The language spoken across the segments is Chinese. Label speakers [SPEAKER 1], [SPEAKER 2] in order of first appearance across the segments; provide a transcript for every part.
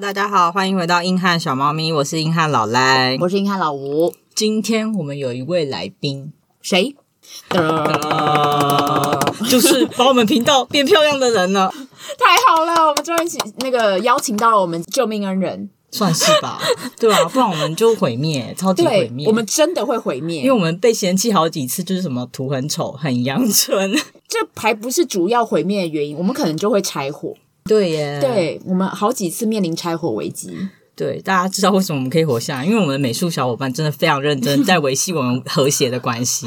[SPEAKER 1] 大家好，欢迎回到硬汉小猫咪，我是硬汉老赖。
[SPEAKER 2] 我是硬汉老吴。
[SPEAKER 1] 今天我们有一位来宾，
[SPEAKER 2] 谁？
[SPEAKER 1] 就是把我们频道变漂亮的人了，
[SPEAKER 2] 太好了，我们终于请那个邀请到了我们救命恩人。
[SPEAKER 1] 算是 吧，对啊吧、不然我们就毁灭，超级
[SPEAKER 2] 对
[SPEAKER 1] 毁灭。，
[SPEAKER 2] 我们真的会毁灭，
[SPEAKER 1] 因为我们被嫌弃好几次，就是什么图很丑、很阳春。
[SPEAKER 2] 这还不是主要毁灭的原因，我们可能就会拆伙。
[SPEAKER 1] 对耶，
[SPEAKER 2] 对我们好几次面临拆伙危机，
[SPEAKER 1] 对，大家知道为什么我们可以活下来，因为我们的美术小伙伴真的非常认真，在维系我们和谐的关系。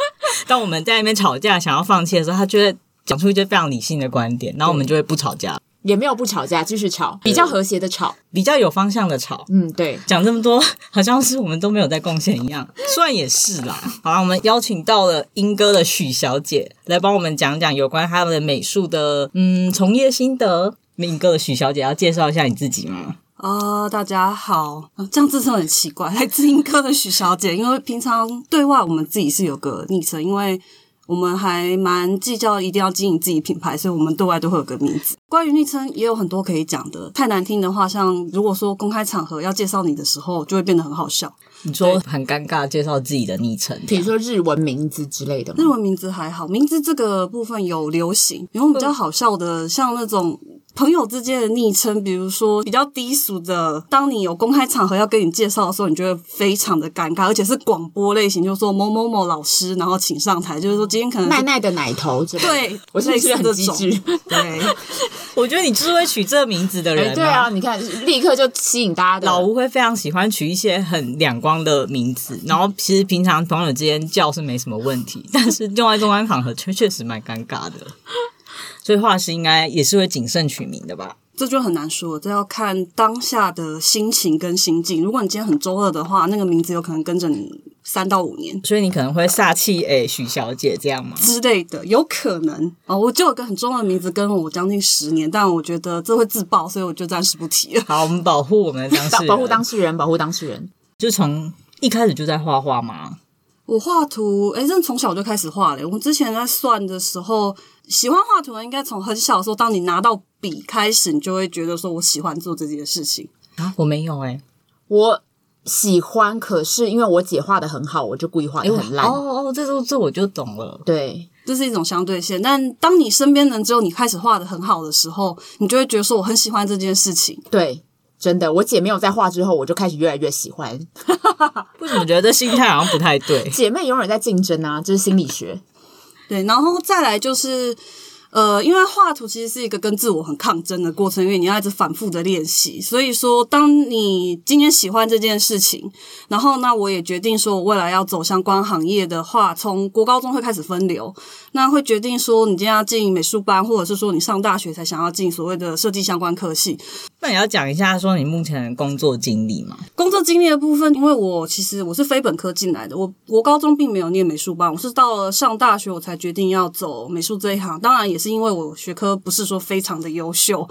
[SPEAKER 1] 当我们在那边吵架、想要放弃的时候，他就会讲出一些非常理性的观点，然后我们就会不吵架，
[SPEAKER 2] 也没有不吵架，继续吵，比较和谐的吵。
[SPEAKER 1] 比较有方向的吵。
[SPEAKER 2] 嗯，对，
[SPEAKER 1] 讲这么多，好像是我们都没有在贡献一样，虽然也是啦。好啦，我们邀请到了英哥的许小姐来帮我们讲讲有关她的美术的嗯从业心得。英哥的许小姐要介绍一下你自己吗？
[SPEAKER 3] 啊、大家好，啊这样自称很奇怪，来自英科的许小姐，因为平常对外我们自己是有个昵称，因为我们还蛮计较一定要经营自己品牌，所以我们对外都会有个名字。 关于昵称也有很多可以讲的，太难听的话，像如果说公开场合要介绍你的时候，就会变得很好笑。
[SPEAKER 1] 你说很尴尬，介绍自己的昵称，
[SPEAKER 2] 比如说日文名字之类的嘛
[SPEAKER 3] 日文名字还好，名字这个部分有流行，然后比较好笑的，像那种。朋友之间的昵称，比如说比较低俗的，当你有公开场合要跟你介绍的时候，你就会非常的尴尬，而且是广播类型，就是说某某某老师，然后请上台，就是说今天可能
[SPEAKER 2] 奈
[SPEAKER 3] 是
[SPEAKER 2] 奈的奶头之类的。
[SPEAKER 3] 对，
[SPEAKER 2] 我是不
[SPEAKER 3] 类
[SPEAKER 2] 是
[SPEAKER 3] 似
[SPEAKER 2] 很
[SPEAKER 3] 这
[SPEAKER 2] 机
[SPEAKER 3] 种
[SPEAKER 2] 智？
[SPEAKER 3] 对，
[SPEAKER 1] 我觉得你就是会取这个名字的人、
[SPEAKER 2] 哎，对啊，，你看，立刻就吸引大家的
[SPEAKER 1] 老吴会非常喜欢取一些很两光的名字，然后其实平常朋友之间叫是没什么问题，但是用在公开场合却确实蛮尴尬的。 所以画师应该也是会谨慎取名的吧？
[SPEAKER 3] 这就很难说，这要看当下的心情跟心境。如果你今天很周二的话，那个名字有可能跟着你三到五年。
[SPEAKER 1] 所以你可能会煞气诶、许小姐这样吗？
[SPEAKER 3] 之类的，有可能哦。我就有个很重要的名字跟了我将近十年，但我觉得这会自爆，所以我就暂时不提了。
[SPEAKER 1] 好，我们保护我们的当事
[SPEAKER 2] 保
[SPEAKER 1] 人，
[SPEAKER 2] 保护当事人，保护当事人。
[SPEAKER 1] 就从一开始就在画画吗？
[SPEAKER 3] 我画图，诶，真的从小就开始画嘞。我之前在算的时候，喜欢画图的应该从很小的时候，当你拿到笔开始，你就会觉得说我喜欢做这件事情。
[SPEAKER 1] 啊，我没有诶、
[SPEAKER 2] 我喜欢，可是因为我姐画的很好，我就故意画
[SPEAKER 1] 哎
[SPEAKER 2] 的
[SPEAKER 1] 我
[SPEAKER 2] 很烂。
[SPEAKER 1] 哦哦，这这这我就懂了。
[SPEAKER 2] 对，
[SPEAKER 3] 这是一种相对性，但当你身边人只有你开始画的很好的时候，你就会觉得说我很喜欢这件事情。
[SPEAKER 2] 对，真的，我姐没有在画之后，我就开始越来越喜欢。？
[SPEAKER 1] 为什么觉得这心态好像不太对
[SPEAKER 2] 姐妹永远在竞争啊，这、是心理学。
[SPEAKER 3] 对，然后再来就是，呃，因为画图其实是一个跟自我很抗争的过程，因为你要一直反复的练习。所以说，当你今天喜欢这件事情，然后那我也决定说我未来要走相关行业的话，从国高中会开始分流，那会决定说你今天要进美术班，或者是说你上大学才想要进所谓的设计相关科系。
[SPEAKER 1] 那你要讲一下说你目前的工作经历吗？
[SPEAKER 3] 工作经历的部分，因为我其实我是非本科进来的，我我高中并没有念美术班，我是到了上大学我才决定要走美术这一行。当然也是因为我学科不是说非常的优秀，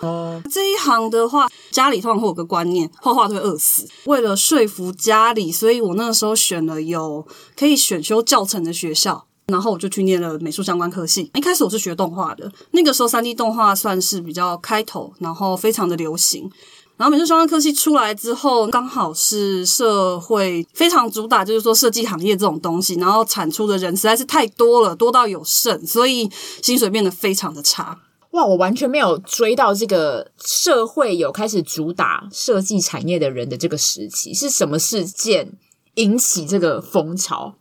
[SPEAKER 3] 这一行的话，家里通常会有个观念，画画都会饿死。为了说服家里，所以我那个时候选了有可以选修教程的学校。然后我就去念了美术相关科系。一开始我是学动画的，那个时候三 D 动画算是比较开头，然后非常的流行。然后美术相关科系出来之后，刚好是社会非常主打，就是说设计行业这种东西，然后产出的人实在是太多了，多到有剩，所以薪水变得非常的差。
[SPEAKER 2] 哇，我完全没有追到这个社会有开始主打设计产业的人的这个时期，是什么事件引起这个风潮？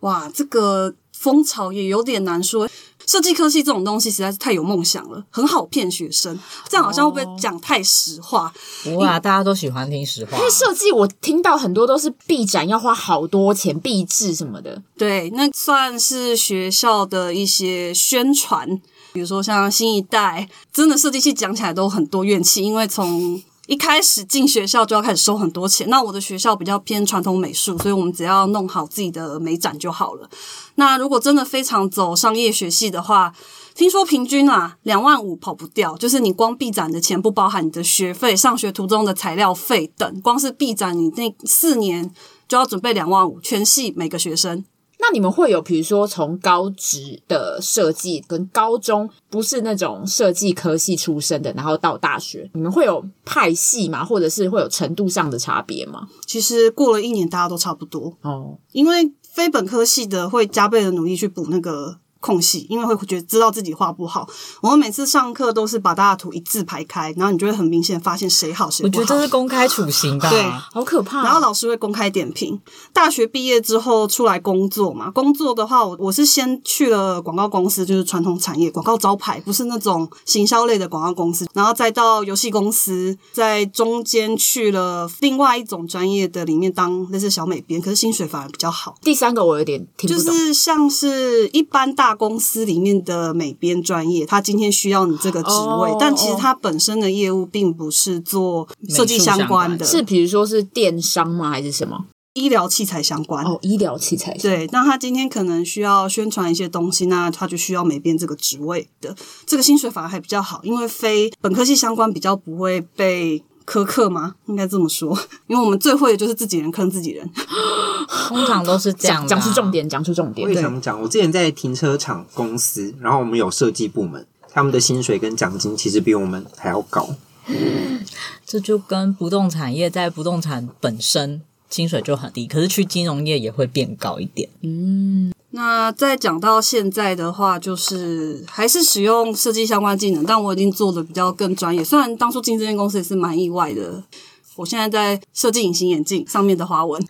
[SPEAKER 3] 哇，这个风潮也有点难说。设计科系这种东西实在是太有梦想了，很好骗学生。这样好像会不会讲太实话？
[SPEAKER 1] 不会啊，大家都喜欢听实话啊
[SPEAKER 2] 因。为设计我听到很多都是必展，要花好多钱，必制什么的。
[SPEAKER 3] 对，那算是学校的一些宣传，比如说像新一代，真的设计系讲起来都很多怨气，因为从一开始进学校就要开始收很多钱。那我的学校比较偏传统美术，所以我们只要弄好自己的美展就好了。那如果真的非常走商业学系的话，听说平均啊两万五跑不掉，就是你光闭展的钱不包含你的学费、上学途中的材料费等，光是闭展你那四年就要准备两万五，全系每个学生。
[SPEAKER 2] 那你们会有，比如说从高职的设计跟高中不是那种设计科系出身的，然后到大学，你们会有派系吗？或者是会有程度上的差别吗？
[SPEAKER 3] 其实过了一年，大家都差不多，
[SPEAKER 2] 哦，
[SPEAKER 3] 因为非本科系的会加倍的努力去补那个空隙，因为会觉得知道自己画不好。我们每次上课都是把大家的图一字排开，然后你就会很明显发现谁好谁
[SPEAKER 1] 我
[SPEAKER 3] 不
[SPEAKER 1] 觉得
[SPEAKER 3] 好。
[SPEAKER 1] 这是公开处刑吧。
[SPEAKER 3] 对
[SPEAKER 2] 好可
[SPEAKER 1] 嗯
[SPEAKER 2] 怕哦、
[SPEAKER 3] 然后老师会公开点评。大学毕业之后出来工作嘛，工作的话，我我是先去了广告公司，就是传统产业广告招牌，不是那种行销类的广告公司，然后再到游戏公司，在中间去了另外一种专业的里面当类似小美编，可是薪水反而比较好。
[SPEAKER 2] 第三个我有点听
[SPEAKER 3] 就
[SPEAKER 2] 不懂，
[SPEAKER 3] 是像是一般大公司里面的美编专业，他今天需要你这个职位，
[SPEAKER 2] 哦
[SPEAKER 3] 但其实他本身的业务并不是做设计
[SPEAKER 1] 美术相
[SPEAKER 3] 关
[SPEAKER 1] 关
[SPEAKER 3] 的，
[SPEAKER 2] 是比如说是电商吗？还是什么？
[SPEAKER 3] 医疗器材相关。
[SPEAKER 2] 哦，医疗器材。
[SPEAKER 3] 对，那他今天可能需要宣传一些东西，那他就需要美编这个职位的，这个薪水反而还比较好，因为非本科系相关比较不会被苛刻吗？应该这么说，因为我们最会的就是自己人坑自己人。
[SPEAKER 1] 通常都是这样
[SPEAKER 2] 讲
[SPEAKER 1] 啦
[SPEAKER 2] 讲出重。点，讲出重点
[SPEAKER 4] 我也。
[SPEAKER 2] 对
[SPEAKER 4] 想讲，我之前在停车场公司，然后我们有设计部门，他们的薪水跟奖金其实比我们还要高。
[SPEAKER 1] 这就跟不动产业在不动产本身薪水就很低，可是去金融业也会变高一点。
[SPEAKER 3] 那再讲到现在的话，就是还是使用设计相关技能，但我已经做的比较更专业。虽然当初进这间公司也是蛮意外的，我现在在设计隐形眼镜上面的花纹，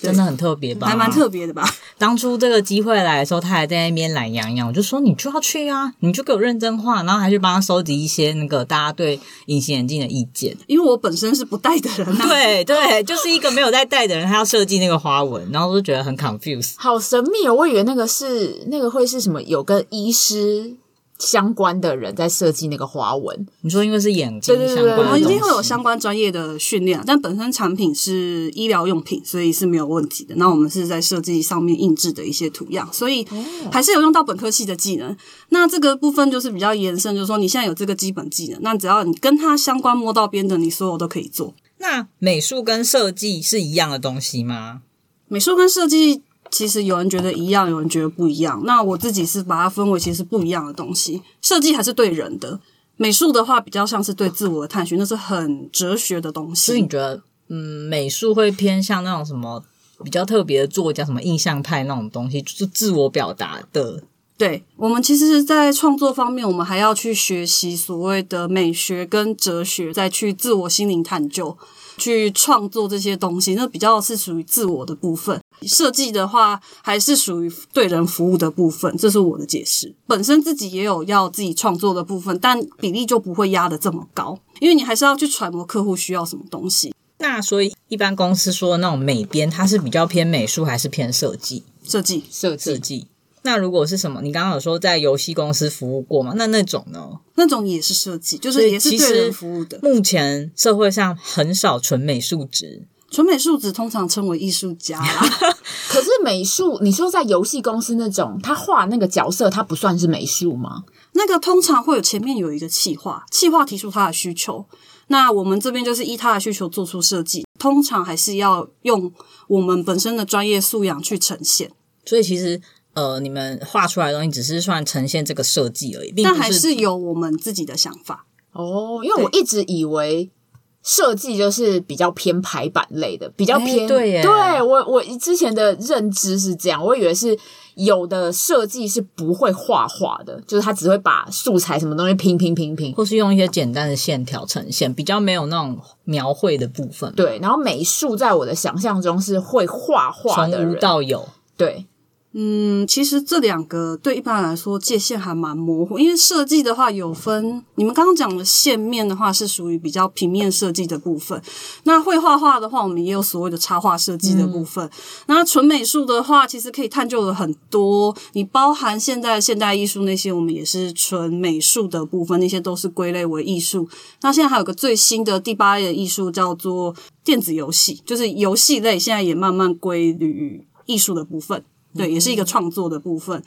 [SPEAKER 1] 真的很特别吧？
[SPEAKER 3] 还蛮。特别的吧？
[SPEAKER 1] 当初这个机会来的时候，他还在那边懒洋洋，我就说你就要去啊，你就给我认真画，然后还去帮他收集一些那个大家对隐形眼镜的意见。
[SPEAKER 3] 因为我本身是不戴的人、啊，
[SPEAKER 1] 对对，就是一个没有在戴的人，他要设计那个花纹，然后我就觉得很 confuse。
[SPEAKER 2] 好神秘哦！我以为那个是那个会是什么，有跟医师相关的人在设计那个花纹。
[SPEAKER 1] 你说因为是眼睛
[SPEAKER 2] 对对
[SPEAKER 1] 相
[SPEAKER 2] 对
[SPEAKER 1] 关的
[SPEAKER 3] 我
[SPEAKER 1] 东西，
[SPEAKER 3] 们一定会有相关专业的训练，但本身产品是医疗用品，所以是没有问题的。那我们是在设计上面印制的一些图样，所以
[SPEAKER 1] 哦
[SPEAKER 3] 还是有用到本科系的技能。那这个部分就是比较延伸，就是说你现在有这个基本技能，那只要你跟它相关摸到边的，你所有都可以做。
[SPEAKER 1] 那美术跟设计是一样的东西吗？
[SPEAKER 3] 美术跟设计其实有人觉得一样，有人觉得不一样。那我自己是把它分为其实不一样的东西，设计还是对人的。美术的话，比较像是对自我的探寻，那是很哲学的东西。
[SPEAKER 1] 所以你觉得，嗯，美术会偏向那种什么比较特别的作家，什么印象派那种东西，就是自我表达的
[SPEAKER 3] 对我们其实，在创作方面，我们还要去学习所谓的美学跟哲学，再去自我心灵探究，去创作这些东西，那比较是属于自我的部分。设计的话，还是属于对人服务的部分，这是我的解释。本身自己也有要自己创作的部分，但比例就不会压得这么高，因为你还是要去揣摩客户需要什么东西。
[SPEAKER 1] 那所以一般公司说的那种美编，它是比较偏美术还是偏设计？
[SPEAKER 3] 设计
[SPEAKER 2] 设
[SPEAKER 1] 设计。那如果是什么？你刚刚有说在游戏公司服务过嘛？那那种呢？
[SPEAKER 3] 那种也是设计，就
[SPEAKER 1] 所
[SPEAKER 3] 是
[SPEAKER 1] 以
[SPEAKER 3] 也是
[SPEAKER 1] 其
[SPEAKER 3] 对
[SPEAKER 1] 实
[SPEAKER 3] 人服务的。
[SPEAKER 1] 目前社会上很少纯美术职，
[SPEAKER 3] 纯美术只通常称为艺术家啦。
[SPEAKER 2] 可是美术，你说在游戏公司那种，他画那个角色，他不算是美术吗？
[SPEAKER 3] 那个通常会有前面有一个企划，企划提出他的需求，那我们这边就是依他的需求做出设计，通常还是要用我们本身的专业素养去呈现，
[SPEAKER 1] 所以其实呃，你们画出来的东西只是算呈现这个设计而已，并
[SPEAKER 3] 但
[SPEAKER 1] 不
[SPEAKER 3] 还是有我们自己的想法。
[SPEAKER 2] 哦，因为我一直以为设计就是比较偏排版类的，比较
[SPEAKER 1] 哎
[SPEAKER 2] 偏、
[SPEAKER 1] 对耶
[SPEAKER 2] 我我之前的认知是这样，我以为是有的设计是不会画画的，就是他只会把素材什么东西拼拼拼拼。
[SPEAKER 1] 或是用一些简单的线条呈现，比较没有那种描绘的部分，
[SPEAKER 2] 对，然后美术在我的想象中是会画画
[SPEAKER 1] 从
[SPEAKER 2] 的
[SPEAKER 1] 无
[SPEAKER 2] 人，
[SPEAKER 1] 到有。
[SPEAKER 2] 对，
[SPEAKER 3] 嗯，其实这两个对一般人来说界限还蛮模糊，因为设计的话有分，你们刚刚讲的线面的话是属于比较平面设计的部分，那绘画画的话，我们也有所谓的插画设计的部分。那纯美术的话，其实可以探究的很多，你包含现在现代艺术那些，我们也是纯美术的部分，那些都是归类为艺术。那现在还有个最新的第八类的艺术叫做电子游戏，就是游戏类，现在也慢慢归于艺术的部分。对，也是一个创作的部分。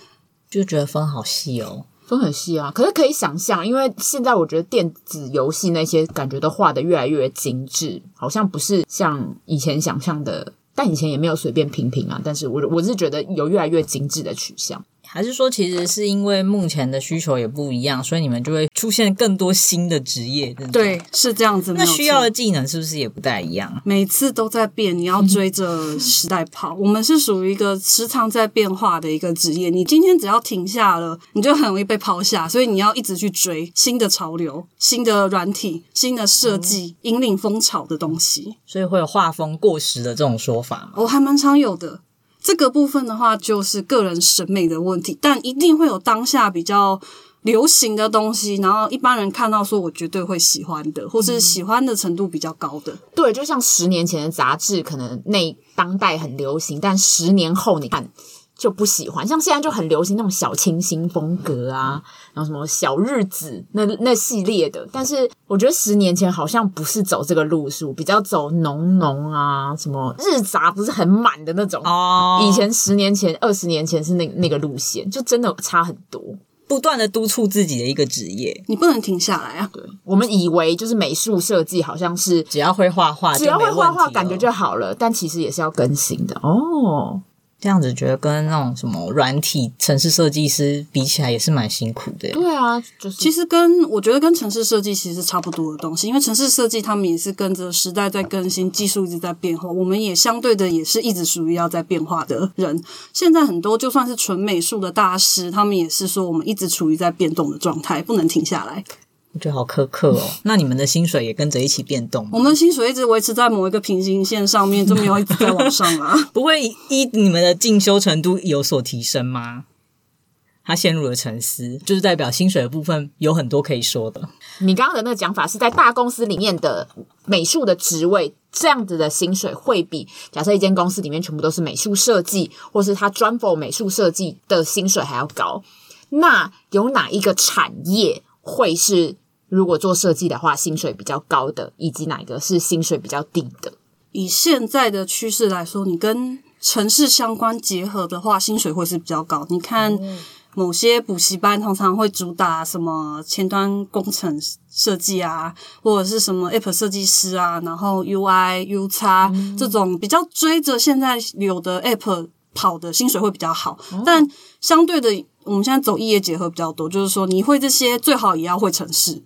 [SPEAKER 1] 就觉得分好细哦，
[SPEAKER 2] 分很细啊。可是可以想象，因为现在我觉得电子游戏那些感觉都画的越来越精致，好像不是像以前想象的但以前也没有随便评评啊。但是我我是觉得有越来越精致的取向。
[SPEAKER 1] 还是说其实是因为目前的需求也不一样，所以你们就会出现更多新的职业？对不对
[SPEAKER 3] 对，是这样子。没
[SPEAKER 1] 那
[SPEAKER 3] 有
[SPEAKER 1] 需要
[SPEAKER 3] 错
[SPEAKER 1] 的技能是不是也不太一样？
[SPEAKER 3] 每次都在变，你要追
[SPEAKER 1] 嗯
[SPEAKER 3] 着时代跑。我们是属于一个时常在变化的一个职业，你今天只要停下了，你就很容易被抛下，所以你要一直去追新的潮流、新的软体、新的设计，
[SPEAKER 1] 哦
[SPEAKER 3] 引领风潮的东西。
[SPEAKER 1] 所以会有画风过时的这种说法吗？
[SPEAKER 3] 我、哦还蛮常有的。这个部分的话，就是个人审美的问题，但一定会有当下比较流行的东西，然后一般人看到说，我绝对会喜欢的，或是喜欢的程度比较高的。
[SPEAKER 2] 对，就像十年前的杂志，可能那当代很流行，但十年后你看就不喜欢。像现在就很流行那种小清新风格啊，然后什么小日子那那系列的。但是我觉得十年前好像不是走这个路数，比较走浓浓啊，什么日杂不是很满的那种。
[SPEAKER 1] 哦
[SPEAKER 2] 以前十年前、二十年前是那那个路线，就真的差很多。
[SPEAKER 1] 不断的督促自己的一个职业，
[SPEAKER 3] 你不能停下来啊！
[SPEAKER 2] 对我们以为就是美术设计好像是
[SPEAKER 1] 只要会画画，
[SPEAKER 2] 只要会画画，感觉啊就
[SPEAKER 1] 就
[SPEAKER 2] 好了。但其实也是要更新的哦。
[SPEAKER 1] 这样子，觉得跟那种什么软体城市设计师比起来也是蛮辛苦的。
[SPEAKER 2] 对啊，就是
[SPEAKER 3] 其实跟我觉得跟城市设计其实是差不多的东西，因为城市设计他们也是跟着时代在更新，技术一直在变化，我们也相对的也是一直属于要在变化的人。现在很多就算是纯美术的大师，他们也是说我们一直处于在变动的状态，不能停下来。
[SPEAKER 1] 我觉得好苛刻哦。 那你们的薪水也跟着一起变动
[SPEAKER 3] 我
[SPEAKER 1] 吗？。
[SPEAKER 3] 们的薪水一直维持在某一个平行线上面，就没有一直在往上啊啦
[SPEAKER 1] 不会依你们的进修程度有所提升吗？他陷入了沉思，就是代表薪水的部分有很多可以说的。
[SPEAKER 2] 你刚刚的那个讲法是在大公司里面的美术的职位，这样子的薪水会比假设一间公司里面全部都是美术设计，或是他专 for 美术设计的薪水还要高。那有哪一个产业会是如果做设计的话薪水比较高的，以及哪一个是薪水比较低的？
[SPEAKER 3] 以现在的趋势来说，你跟城市相关结合的话，薪水会是比较高。你看某些补习班通常会主打什么前端工程设计啊，或者是什么 App 设计师啊，然后 UI、U x 这种比较追着现在有的 App 跑的薪水会比较好，但相对的。我们现在走异业结合比较多，就是说你会这些最好也要会城市，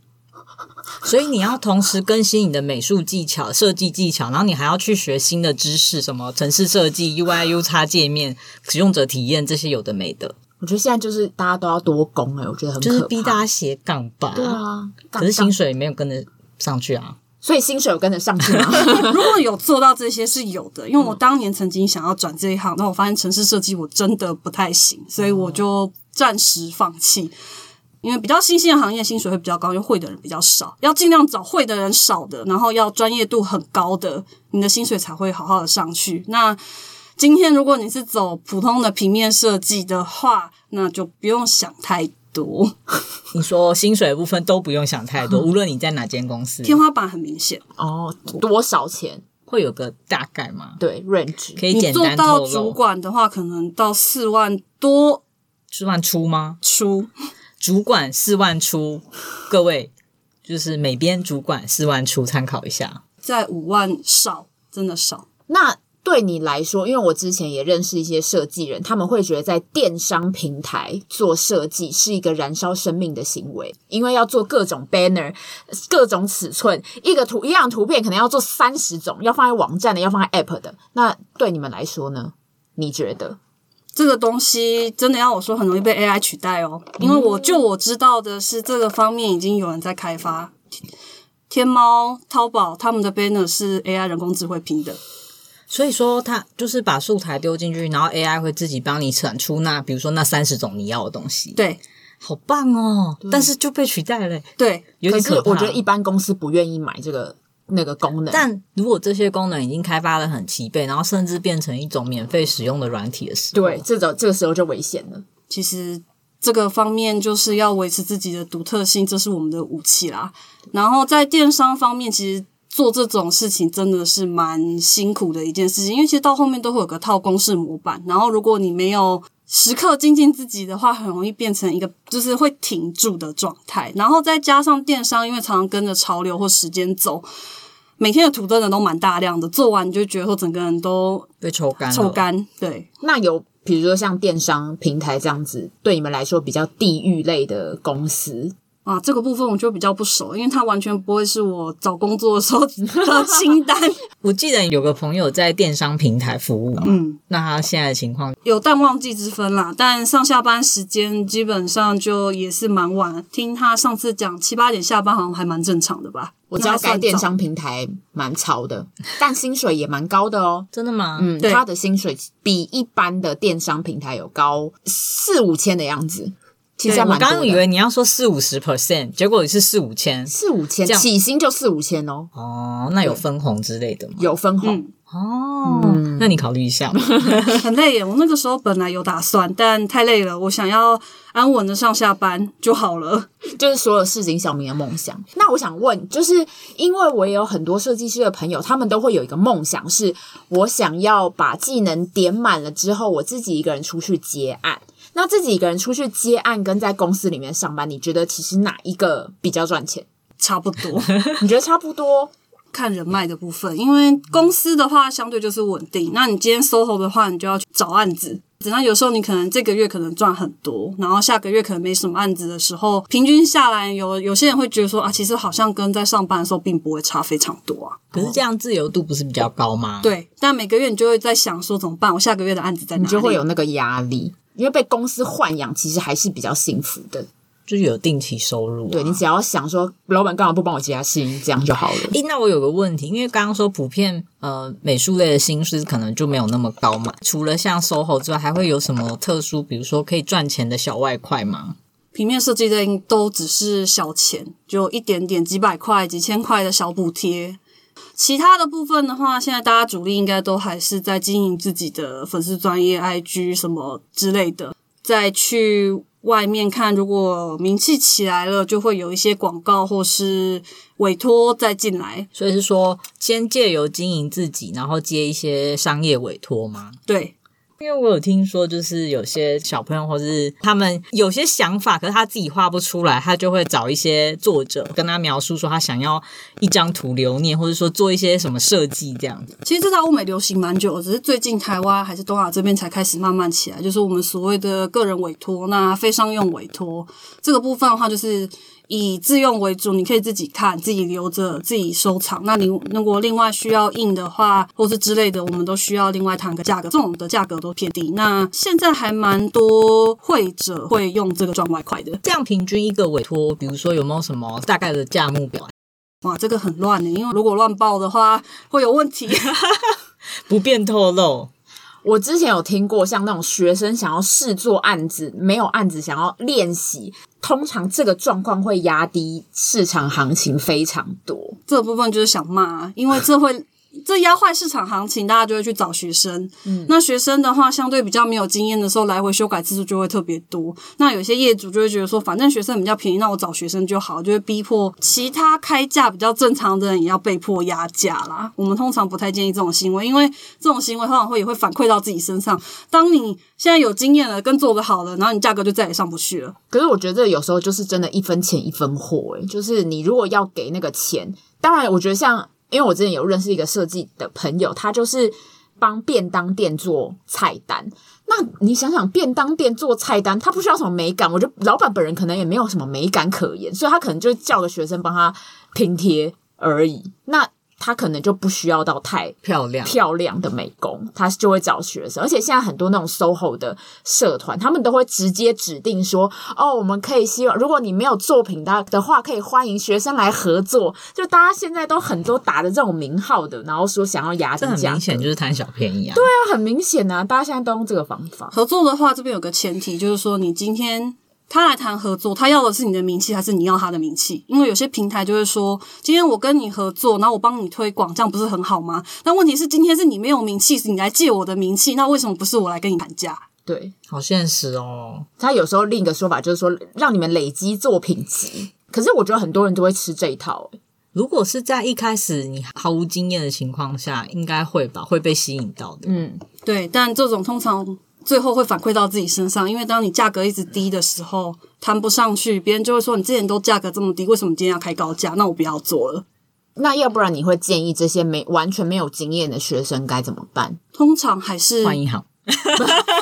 [SPEAKER 1] 所以你要同时更新你的美术技巧、设计技巧，然后你还要去学新的知识，什么城市设计、UI、U 叉界面、使用者体验这些有的没的，
[SPEAKER 2] 我觉得现在就是大家都要多攻哎、我觉得很可
[SPEAKER 1] 就
[SPEAKER 2] 怕。
[SPEAKER 1] 是逼大家斜杠吧。
[SPEAKER 2] 对啊，
[SPEAKER 1] 可是
[SPEAKER 2] 杠
[SPEAKER 1] 薪水没有跟得上去啊。
[SPEAKER 2] 所以薪水有跟得上去吗？
[SPEAKER 3] 如果有做到这些是有的，因为我当年曾经想要转这一行，但我发现城市设计我真的不太行，所以我就暂时放弃。因为比较新兴的行业，薪水会比较高，因为会的人比较少，要尽量找会的人少的，然后要专业度很高的，你的薪水才会好好的上去。那今天如果你是走普通的平面设计的话，那就不用想太多，
[SPEAKER 1] 你说薪水的部分都不用想太多，无论你在哪间公司，
[SPEAKER 3] 天花板很明显。
[SPEAKER 2] 哦， 多少钱？
[SPEAKER 1] 会有个大概吗？
[SPEAKER 2] 对，range
[SPEAKER 1] 可以
[SPEAKER 3] 你
[SPEAKER 1] 简
[SPEAKER 3] 做
[SPEAKER 1] 单
[SPEAKER 3] 到
[SPEAKER 1] 透
[SPEAKER 3] 主
[SPEAKER 1] 露。
[SPEAKER 3] 管的话，可能到四万多
[SPEAKER 1] 四万出吗？
[SPEAKER 3] 出，
[SPEAKER 1] 主管四万出，各位就是每边主管四万出，参考一下。
[SPEAKER 3] 在五万少，真的少。
[SPEAKER 2] 那。对你来说，因为我之前也认识一些设计人，他们会觉得在电商平台做设计是一个燃烧生命的行为，因为要做各种 banner、各种尺寸，一个图一样图片可能要做三十种，要放在网站的，要放在 app 的。那对你们来说呢？你觉得？
[SPEAKER 3] 这个东西真的要我说，很容易被 AI 取代哦。因为我就我知道的是，这个方面已经有人在开发。天猫、淘宝他们的 banner 是 AI 人工智慧拼的，
[SPEAKER 1] 所以说，他就是把素材丢进去，然后 AI 会自己帮你产出那，比如说那三十种你要的东西。，
[SPEAKER 3] 对
[SPEAKER 1] 好棒哦！但是就被取代了，
[SPEAKER 3] 对，
[SPEAKER 1] 有
[SPEAKER 2] 可
[SPEAKER 1] 点
[SPEAKER 2] 是
[SPEAKER 1] 可怕。
[SPEAKER 2] 我觉得一般公司不愿意买这个那个功能，
[SPEAKER 1] 但如果这些功能已经开发的很齐备，然后甚至变成一种免费使用的软体的时候，
[SPEAKER 2] 对这种这个时候就危险了。
[SPEAKER 3] 其实这个方面就是要维持自己的独特性，这是我们的武器啦。然后在电商方面，其实做这种事情真的是蛮辛苦的一件事情，因为其实到后面都会有个套公式模板，然后如果你没有时刻精进自己的话，很容易变成一个就是会停住的状态。然后再加上电商，因为常常跟着潮流或时间走，每天的图真的都蛮大量的，做完你就觉得说整个人都
[SPEAKER 1] 被抽干，
[SPEAKER 3] 抽。干。对，
[SPEAKER 2] 那有比如说像电商平台这样子，对你们来说比较地域类的公司，
[SPEAKER 3] 啊，这个部分我就比较不熟，因为它完全不会是我找工作的时候 的 清单。
[SPEAKER 1] 我记得有个朋友在电商平台服务，
[SPEAKER 3] 嗯，
[SPEAKER 1] 那他现在的情况，
[SPEAKER 3] 有淡旺季之分啦，但上下班时间基本上就也是蛮晚。听他上次讲七八点下班，好像还蛮正常的吧？
[SPEAKER 2] 我知道
[SPEAKER 3] 该
[SPEAKER 2] 该电商平台蛮潮的，但薪水也蛮高的哦。
[SPEAKER 1] 真的吗？
[SPEAKER 2] 嗯，
[SPEAKER 3] 对
[SPEAKER 2] 他的薪水比一般的电商平台有高四五千的样子，其实
[SPEAKER 3] 对
[SPEAKER 2] 还
[SPEAKER 1] 哎我
[SPEAKER 2] 蛮多
[SPEAKER 1] 刚
[SPEAKER 2] 的。
[SPEAKER 1] 刚以为你要说四五十 percent，结果是四五千。
[SPEAKER 2] 四五千
[SPEAKER 1] 这样
[SPEAKER 2] 起薪就四五千哦，
[SPEAKER 1] 哦，那有分红之类的吗？
[SPEAKER 2] 有分红。
[SPEAKER 3] 嗯，
[SPEAKER 1] 哦，
[SPEAKER 2] 嗯
[SPEAKER 1] 那你考虑 一下。
[SPEAKER 3] 很累耶。我那个时候本来有打算，但太累了，我想要安稳的上下班就好了。
[SPEAKER 2] 就是所有市井小民的梦想。那我想问，就是因为我也有很多设计师的朋友，他们都会有一个梦想，是我想要把技能点满了之后，我自己一个人出去接案。那自己一个人出去接案，跟在公司里面上班，你觉得其实哪一个比较赚钱？
[SPEAKER 3] 差不多。
[SPEAKER 2] 你觉得差不多？
[SPEAKER 3] 看人脉的部分，因为公司的话相对就是稳定。那你今天 SOHO 的话，你就要去找案子。那有时候你可能这个月可能赚很多，然后下个月可能没什么案子的时候，平均下来有有些人会觉得说啊，其实好像跟在上班的时候并不会差非常多啊。
[SPEAKER 1] 可是这样自由度不是比较高吗？，
[SPEAKER 3] 对，但每个月你就会在想说怎么办，我下个月的案子在哪里？
[SPEAKER 2] 你就会有那个压力，因为被公司豢养，其实还是比较幸福的。
[SPEAKER 1] 就是有定期收入、啊。
[SPEAKER 2] 对你只要想说，老板干嘛不帮我加薪，这样就好了。
[SPEAKER 1] 诶，那我有个问题，因为刚刚说普遍呃美术类的薪资可能就没有那么高嘛，除了像 SOHO 之外，还会有什么特殊，比如说可以赚钱的小外快吗？
[SPEAKER 3] 平面设计的都只是小钱，就一点点几百块、几千块的小补贴。其他的部分的话，现在大家主力应该都还是在经营自己的粉丝专业、IG 什么之类的，再去外面看，如果名气起来了，就会有一些广告或是委托再进来。
[SPEAKER 1] 所以是说先借由经营自己，然后接一些商业委托吗？
[SPEAKER 3] 对，
[SPEAKER 1] 因为我有听说，就是有些小朋友或是他们有些想法，可是他自己画不出来，他就会找一些作者跟他描述说他想要一张图留念，或者说做一些什么设计这样子。
[SPEAKER 3] 其实这在欧美流行蛮久的，只是最近台湾还是东亚这边才开始慢慢起来，就是我们所谓的个人委托，那非商用委托这个部分的话，就是以自用为主，你可以自己看、自己留着、自己收藏。那你如果另外需要印的话，或是之类的，我们都需要另外谈个价格，这种的价格都偏低。那现在还蛮多会者会用这个赚外快的。
[SPEAKER 1] 这样平均一个委托，比如说有没有什么大概的价目表？
[SPEAKER 3] 哇，这个很乱的，因为如果乱报的话会有问题。
[SPEAKER 1] 不便透露。
[SPEAKER 2] 我之前有听过，像那种学生想要试做案子，没有案子想要练习，通常这个状况会压低市场行情非常多。
[SPEAKER 3] 这部分就是想骂，啊因为这会 这压坏市场行情，大家就会去找学生。那学生的话，相对比较没有经验的时候，来回修改次数就会特别多。那有些业主就会觉得说，反正学生比较便宜，那我找学生就好，就会逼迫其他开价比较正常的人也要被迫压价啦。我们通常不太建议这种行为，因为这种行为通常会也会反馈到自己身上。当你现在有经验了，跟做的好了，然后你价格就再也上不去了。
[SPEAKER 2] 可是我觉得这有时候就是真的一分钱一分货，诶，就是你如果要给那个钱，当然我觉得像，因为我之前有认识一个设计的朋友，他就是帮便当店做菜单。那你想想，便当店做菜单，他不需要什么美感，我觉得老板本人可能也没有什么美感可言，所以他可能就叫个学生帮他拼贴而已。那他可能就不需要到太
[SPEAKER 1] 漂亮，
[SPEAKER 2] 漂亮的美工，他就会找学生。而且现在很多那种 SOHO 的社团，他们都会直接指定说，哦，我们可以希望，如果你没有作品的的话，可以欢迎学生来合作。就大家现在都很多打着这种名号的，然后说想要压低
[SPEAKER 1] 这很
[SPEAKER 2] 价
[SPEAKER 1] 明
[SPEAKER 2] 格，
[SPEAKER 1] 显就是贪小便宜啊。
[SPEAKER 2] 对啊，很明显啊，大家现在都用这个方法。
[SPEAKER 3] 合作的话，这边有个前提，就是说你今天他来谈合作，他要的是你的名气，还是你要他的名气？因为有些平台就会说，今天我跟你合作，然后我帮你推广，这样不是很好吗？但问题是，今天是你没有名气，是你来借我的名气，那为什么不是我来跟你谈价？
[SPEAKER 2] 对
[SPEAKER 1] 好现实哦。
[SPEAKER 2] 他有时候另一个说法就是说，让你们累积作品集。可是我觉得很多人都会吃这一套、欸
[SPEAKER 1] 如果是在一开始你毫无经验的情况下，应该会吧，会被吸引到的。
[SPEAKER 2] 嗯，
[SPEAKER 3] 对，但这种通常最后会反馈到自己身上，因为当你价格一直低的时候，谈不上去，别人就会说你之前都价格这么低，为什么你今天要开高价？那我不要做了。
[SPEAKER 2] 那要不然你会建议这些没完全没有经验的学生该怎么办？
[SPEAKER 3] 通常还是
[SPEAKER 1] 换一行。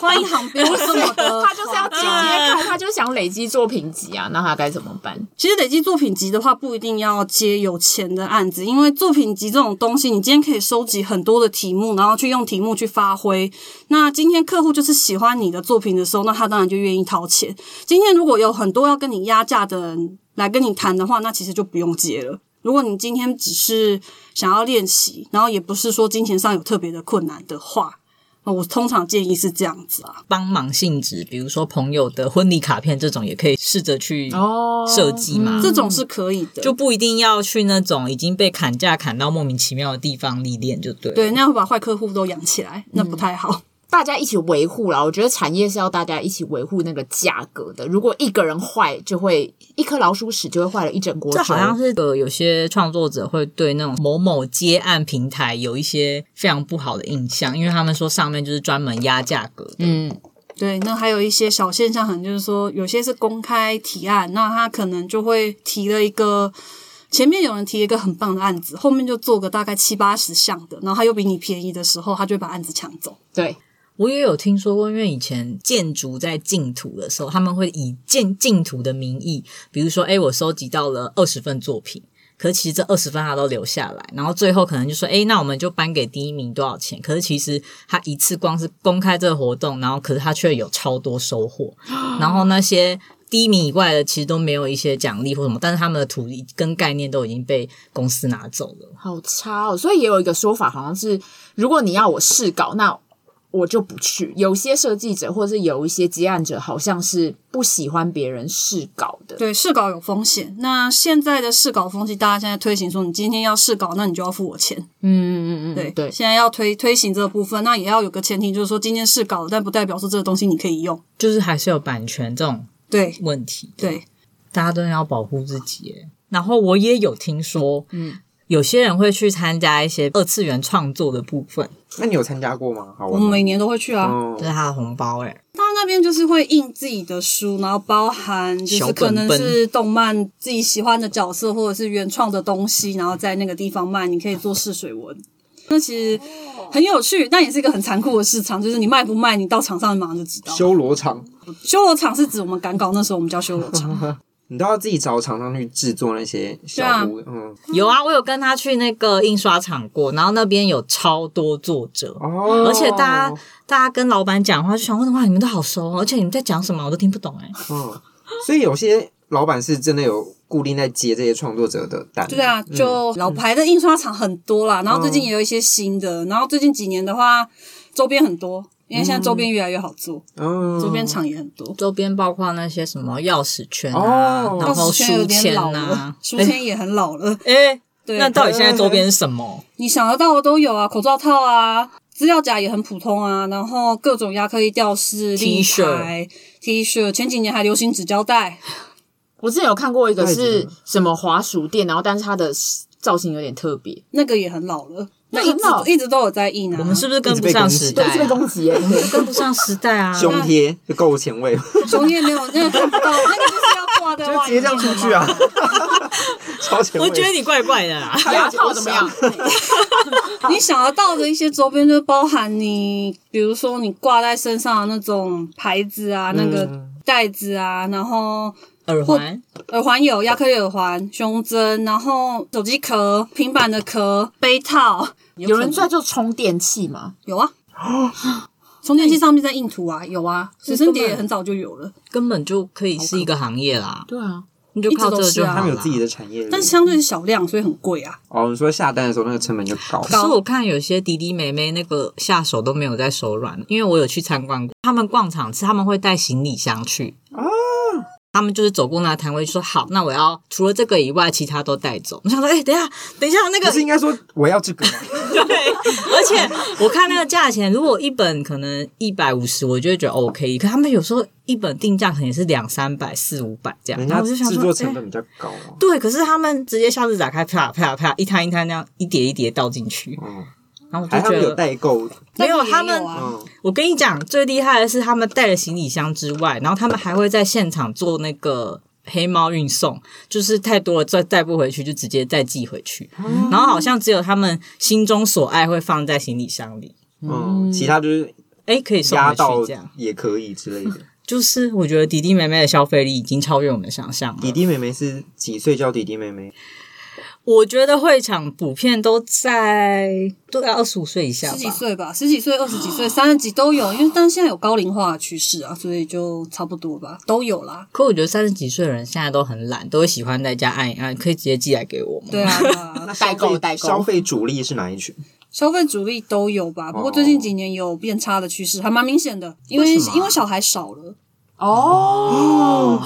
[SPEAKER 3] 欢迎航标这 么的，
[SPEAKER 2] 他就是要直接看，他就是想累积作品集啊，那他该怎么办？
[SPEAKER 3] 其实累积作品集的话，不一定要接有钱的案子，因为作品集这种东西，你今天可以收集很多的题目，然后去用题目去发挥。那今天客户就是喜欢你的作品的时候，那他当然就愿意掏钱。今天如果有很多要跟你压价的人来跟你谈的话，那其实就不用接了。如果你今天只是想要练习，然后也不是说金钱上有特别的困难的话，呃我通常建议是这样子啊。
[SPEAKER 1] 帮忙性质，比如说朋友的婚礼卡片这种，也可以试着去
[SPEAKER 2] 哦
[SPEAKER 1] 设计嘛。
[SPEAKER 3] 这种是可以的，
[SPEAKER 1] 就不一定要去那种已经被砍价砍到莫名其妙的地方历练，就对了。
[SPEAKER 3] 对，那样会把坏客户都养起来，那不太好。
[SPEAKER 2] 大家一起维护啦。我觉得产业是要大家一起维护那个价格的。如果一个人坏，就会一颗老鼠屎就会坏了一整锅粥。
[SPEAKER 1] 这好像是呃，有些创作者会对那种某某接案平台有一些非常不好的印象，因为他们说上面就是专门压价格的。
[SPEAKER 2] 嗯，
[SPEAKER 3] 对，那还有一些小现象，可能就是说，有些是公开提案，那他可能就会提了一个，前面有人提一个很棒的案子，后面就做个大概七八十项的，然后他又比你便宜的时候，他就会把案子抢走。
[SPEAKER 2] 对，
[SPEAKER 1] 我也有听说过，因为以前建筑在竞图的时候，他们会以建竞图的名义，比如说，哎，我收集到了二十份作品，可是其实这二十份他都留下来，然后最后可能就说，哎，那我们就颁给第一名多少钱？可是其实他一次光是公开这个活动，然后可是他却有超多收获，然后那些。第一名以外的其实都没有一些奖励或什么，但是他们的土地跟概念都已经被公司拿走了。
[SPEAKER 2] 好差哦。所以也有一个说法，好像是如果你要我试稿，那我就不去。有些设计者或是有一些接案者，好像是不喜欢别人试稿的。
[SPEAKER 3] 对，试稿有风险。那现在的试稿风气，大家现在推行说，你今天要试稿，那你就要付我钱。
[SPEAKER 2] 嗯嗯嗯嗯，
[SPEAKER 3] 对
[SPEAKER 2] 对，
[SPEAKER 3] 现在要推推行这个部分，那也要有个前提，就是说今天试稿了，但不代表说这个东西你可以用。
[SPEAKER 1] 就是还是有版权这种
[SPEAKER 3] 对
[SPEAKER 1] 问题。
[SPEAKER 3] 对，
[SPEAKER 1] 大家都要保护自己耶。然后我也有听说，嗯，有些人会去参加一些二次元创作的部分，
[SPEAKER 4] 那你有参加过吗？好
[SPEAKER 3] 我
[SPEAKER 4] 玩
[SPEAKER 3] 们
[SPEAKER 4] 吗？
[SPEAKER 3] 每年都会去啊。
[SPEAKER 4] 哦
[SPEAKER 1] 这是他的红包哎，
[SPEAKER 3] 他那边就是会印自己的书，然后包含就
[SPEAKER 1] 小
[SPEAKER 3] 是可
[SPEAKER 1] 本
[SPEAKER 3] 能
[SPEAKER 1] 本
[SPEAKER 3] 是动漫自己喜欢的角色或者是原创的东西，然后在那个地方卖，你可以做试水文。那其实很有趣，但也是一个很残酷的市场，就是你卖不卖，你到场上马上就知道。
[SPEAKER 4] 修罗场，
[SPEAKER 3] 修罗场是指我们赶稿那时候我们叫修罗场，
[SPEAKER 4] 你都要自己找厂商去制作那些小屋，嗯，
[SPEAKER 1] 有啊，我有跟他去那个印刷厂过，然后那边有超多作者。
[SPEAKER 4] 哦，
[SPEAKER 1] 而且大家，大家跟老板讲话就想问哇，你们都好熟哦，而且你们在讲什么我都听不懂哎。
[SPEAKER 4] 嗯，所以有些老板是真的有固定在接这些创作者的单，
[SPEAKER 3] 对啊，就老牌的印刷厂很多
[SPEAKER 1] 嗯
[SPEAKER 3] 啦，然后最近也有一些新的，然后最近几年的话，周边很多，因为现在周边越来越好做，
[SPEAKER 4] 嗯，
[SPEAKER 3] 周边厂也很多。
[SPEAKER 1] 周边包括那些什么钥匙圈啊，
[SPEAKER 4] 哦
[SPEAKER 1] 然后
[SPEAKER 3] 钥匙圈有
[SPEAKER 1] 书
[SPEAKER 3] 点
[SPEAKER 1] 签
[SPEAKER 3] 老
[SPEAKER 1] 啊
[SPEAKER 3] 了，，书签也很老了。
[SPEAKER 1] 哎、
[SPEAKER 3] 对，
[SPEAKER 1] 那到底现在周边是什么？
[SPEAKER 3] 你想得到的都有啊，口罩套啊，资料夹也很普通啊，然后各种亚克力吊饰、立
[SPEAKER 1] T 恤
[SPEAKER 3] 牌、T 恤，前几年还流行纸胶带，
[SPEAKER 2] 我之前有看过一个
[SPEAKER 4] 太久
[SPEAKER 2] 是
[SPEAKER 4] 了
[SPEAKER 2] 什么滑鼠店，然后但是它的造型有点特别，
[SPEAKER 3] 那个也很老了，那
[SPEAKER 2] 那
[SPEAKER 3] 一
[SPEAKER 2] 很老
[SPEAKER 3] 直一直都有在印啊。
[SPEAKER 1] 我们是不是跟不上时
[SPEAKER 2] 对，
[SPEAKER 1] 代 啊、
[SPEAKER 2] 是被攻击耶。 对
[SPEAKER 1] 跟不上时代啊！
[SPEAKER 4] 胸贴就够前卫，就
[SPEAKER 3] 中间没有那个看不到，那个就是要挂在外
[SPEAKER 4] 直接
[SPEAKER 3] 面
[SPEAKER 4] 这
[SPEAKER 3] 的
[SPEAKER 4] 样
[SPEAKER 3] 嘛
[SPEAKER 4] 出去啊， 超前卫。
[SPEAKER 1] 我觉得你怪怪的啊 啦。
[SPEAKER 2] 牙套怎么样？
[SPEAKER 3] 你想得到的一些周边，就包含你，比如说你挂在身上的那种牌子啊，那个
[SPEAKER 4] 嗯
[SPEAKER 3] 袋子啊，然后
[SPEAKER 1] 耳环，
[SPEAKER 3] 耳环有亚克力耳环、胸针，然后手机壳、平板的壳、杯 套。
[SPEAKER 2] 有人在做充电器吗？
[SPEAKER 3] 有 啊，充电器上面在印图啊，有啊，随身碟也很早就有了，
[SPEAKER 1] 根本就可以是一个行业啦，
[SPEAKER 2] 对啊，
[SPEAKER 1] 你就靠这个就好
[SPEAKER 4] 他
[SPEAKER 1] 了。
[SPEAKER 4] 们有自己的产业，
[SPEAKER 3] 但是相对是小量，所以很贵啊。
[SPEAKER 4] 哦，你说下单的时候那个成本就高，
[SPEAKER 1] 可是我看有些弟弟妹妹那个下手都没有在手软，因为我有去参观过，他们逛场次他们会带行李箱去
[SPEAKER 4] 啊
[SPEAKER 1] 他们就是走过那个摊位就说好，那我要除了这个以外，其他都带走。我想说，哎、等一下，等一下，那
[SPEAKER 4] 不
[SPEAKER 1] 个
[SPEAKER 4] 是应该说我要这个吗？
[SPEAKER 1] 对，啊 而且我看那个价钱，如果一本可能一百五十，我就会觉得 OK。可他们有时候一本定价可能也是两三百、四五百这样，
[SPEAKER 4] 人
[SPEAKER 1] 然
[SPEAKER 4] 家
[SPEAKER 1] 后我就想
[SPEAKER 4] 制
[SPEAKER 1] 说，
[SPEAKER 4] 作
[SPEAKER 1] 哎
[SPEAKER 4] 成本比较高啊。
[SPEAKER 1] 对，可是他们直接箱子打开，啪啪啪，一摊一摊那样一叠一叠倒进去，
[SPEAKER 4] 嗯，
[SPEAKER 1] 然后我
[SPEAKER 4] 还
[SPEAKER 1] 就
[SPEAKER 4] 好有
[SPEAKER 1] 觉得。
[SPEAKER 4] 代购，
[SPEAKER 1] 没有
[SPEAKER 3] 但也
[SPEAKER 1] 他们
[SPEAKER 3] 啊，
[SPEAKER 4] 嗯，
[SPEAKER 1] 我跟你讲，最厉害的是他们带了行李箱之外，然后他们还会在现场做那个，哎、黑猫运送，就是太多了，再带不回去就直接再寄回去。
[SPEAKER 4] 啊
[SPEAKER 1] 然后好像只有他们心中所爱会放在行李箱里，
[SPEAKER 4] 嗯，其他就是
[SPEAKER 1] 哎，可以送
[SPEAKER 4] 压
[SPEAKER 1] 回
[SPEAKER 4] 到
[SPEAKER 1] 去这样。
[SPEAKER 4] 也可以之类 的。
[SPEAKER 1] 就是我觉得弟弟妹妹的消费力已经超越我们的想象了。
[SPEAKER 4] 弟弟妹妹是几岁叫弟弟妹妹？
[SPEAKER 1] 我觉得会场普遍都在都在二十五岁以下
[SPEAKER 3] 十几
[SPEAKER 1] 吧。
[SPEAKER 3] 岁吧，十几岁、二十几岁、 三十几都有，因为但是现在有高龄化的趋势啊，所以就差不多吧，都有啦。
[SPEAKER 1] 可我觉得三十几岁的人现在都很懒，都会喜欢在家按一按，可以直接寄来给我吗？
[SPEAKER 3] 对啊，对 啊
[SPEAKER 2] 代购代购
[SPEAKER 4] 消费主力是哪一群？
[SPEAKER 3] 消费主力都有吧。不过最近几年有变差的趋势，还蛮明显的，因为
[SPEAKER 4] 为什么啊
[SPEAKER 3] 因为小孩少了。
[SPEAKER 2] 哦，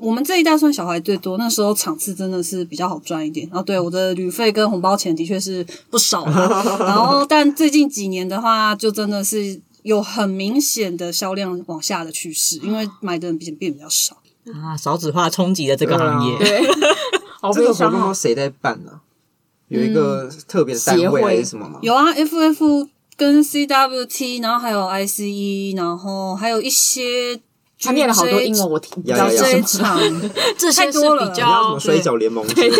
[SPEAKER 3] 我们这一代算小孩最多，那时候场次真的是比较好赚一点。然后对我的旅费跟红包钱的确是不少 啦。然后但最近几年的话，就真的是有很明显的销量往下的趋势，因为买的人变变比较少。
[SPEAKER 1] 啊，少子化冲击了这个行业。
[SPEAKER 4] 对啊
[SPEAKER 2] 对，好
[SPEAKER 4] 这
[SPEAKER 2] 悲
[SPEAKER 4] 个活
[SPEAKER 2] 伤
[SPEAKER 4] 动
[SPEAKER 2] 哦
[SPEAKER 4] 都。谁在办呢？有一个
[SPEAKER 1] 嗯
[SPEAKER 4] 特别单
[SPEAKER 2] 协
[SPEAKER 4] 位
[SPEAKER 2] 会
[SPEAKER 4] 还是什么吗？
[SPEAKER 3] 有啊，FF 跟 CWT，然后还有 ICE，然后还有一些 GJ。
[SPEAKER 2] 他念了好多英文，我听不知
[SPEAKER 4] 呀
[SPEAKER 2] 道
[SPEAKER 4] 呀
[SPEAKER 2] 是
[SPEAKER 4] 呀
[SPEAKER 2] 什
[SPEAKER 3] 这一
[SPEAKER 2] 么。
[SPEAKER 3] 场
[SPEAKER 1] 这些
[SPEAKER 3] 太
[SPEAKER 1] 是
[SPEAKER 3] 多了
[SPEAKER 1] 比
[SPEAKER 4] 你要什么
[SPEAKER 1] 较，
[SPEAKER 4] 摔跤联盟之类的？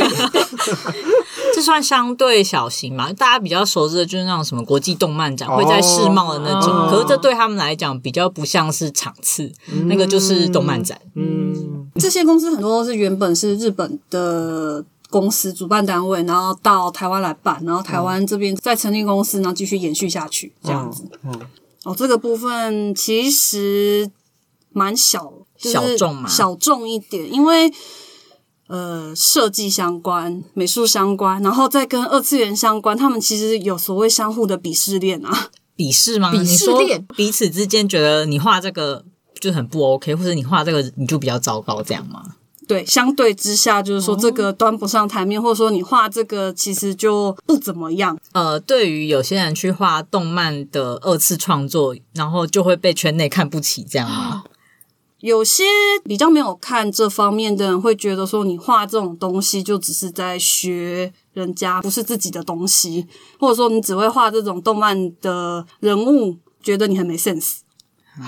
[SPEAKER 1] 这算相对小型嘛？大家比较熟知的就是那种什么国际动漫展
[SPEAKER 4] 哦
[SPEAKER 1] 会在世贸的那种，
[SPEAKER 3] 嗯
[SPEAKER 4] 哦
[SPEAKER 1] 可是这对他们来讲比较不像是场次，那个就是动漫展。
[SPEAKER 4] 嗯，
[SPEAKER 3] 这些公司很多是原本是日本的公司主办单位，然后到台湾来办，然后台湾这边再成立公司，然后继续延续下去这样子。
[SPEAKER 4] 嗯
[SPEAKER 3] 哦，这个部分其实蛮小，就是
[SPEAKER 1] 小众吗
[SPEAKER 3] 小众一点，因为。呃，设计相关、美术相关，然后再跟二次元相关，他们其实有所谓相互的鄙视链啊。
[SPEAKER 1] 鄙视吗？
[SPEAKER 2] 鄙视
[SPEAKER 1] 你说
[SPEAKER 2] 链
[SPEAKER 1] 彼此之间觉得你画这个就很不 OK，或者你画这个你就比较糟糕，这样吗？
[SPEAKER 3] 对，相对之下，就是说
[SPEAKER 1] 哦
[SPEAKER 3] 这个端不上台面，或者说你画这个其实就不怎么样。
[SPEAKER 1] 呃，对于有些人去画动漫的二次创作，然后就会被圈内看不起，这样吗？
[SPEAKER 3] 有些比较没有看这方面的人会觉得说，你画这种东西就只是在学人家，不是自己的东西，或者说你只会画这种动漫的人物，觉得你很没 sense。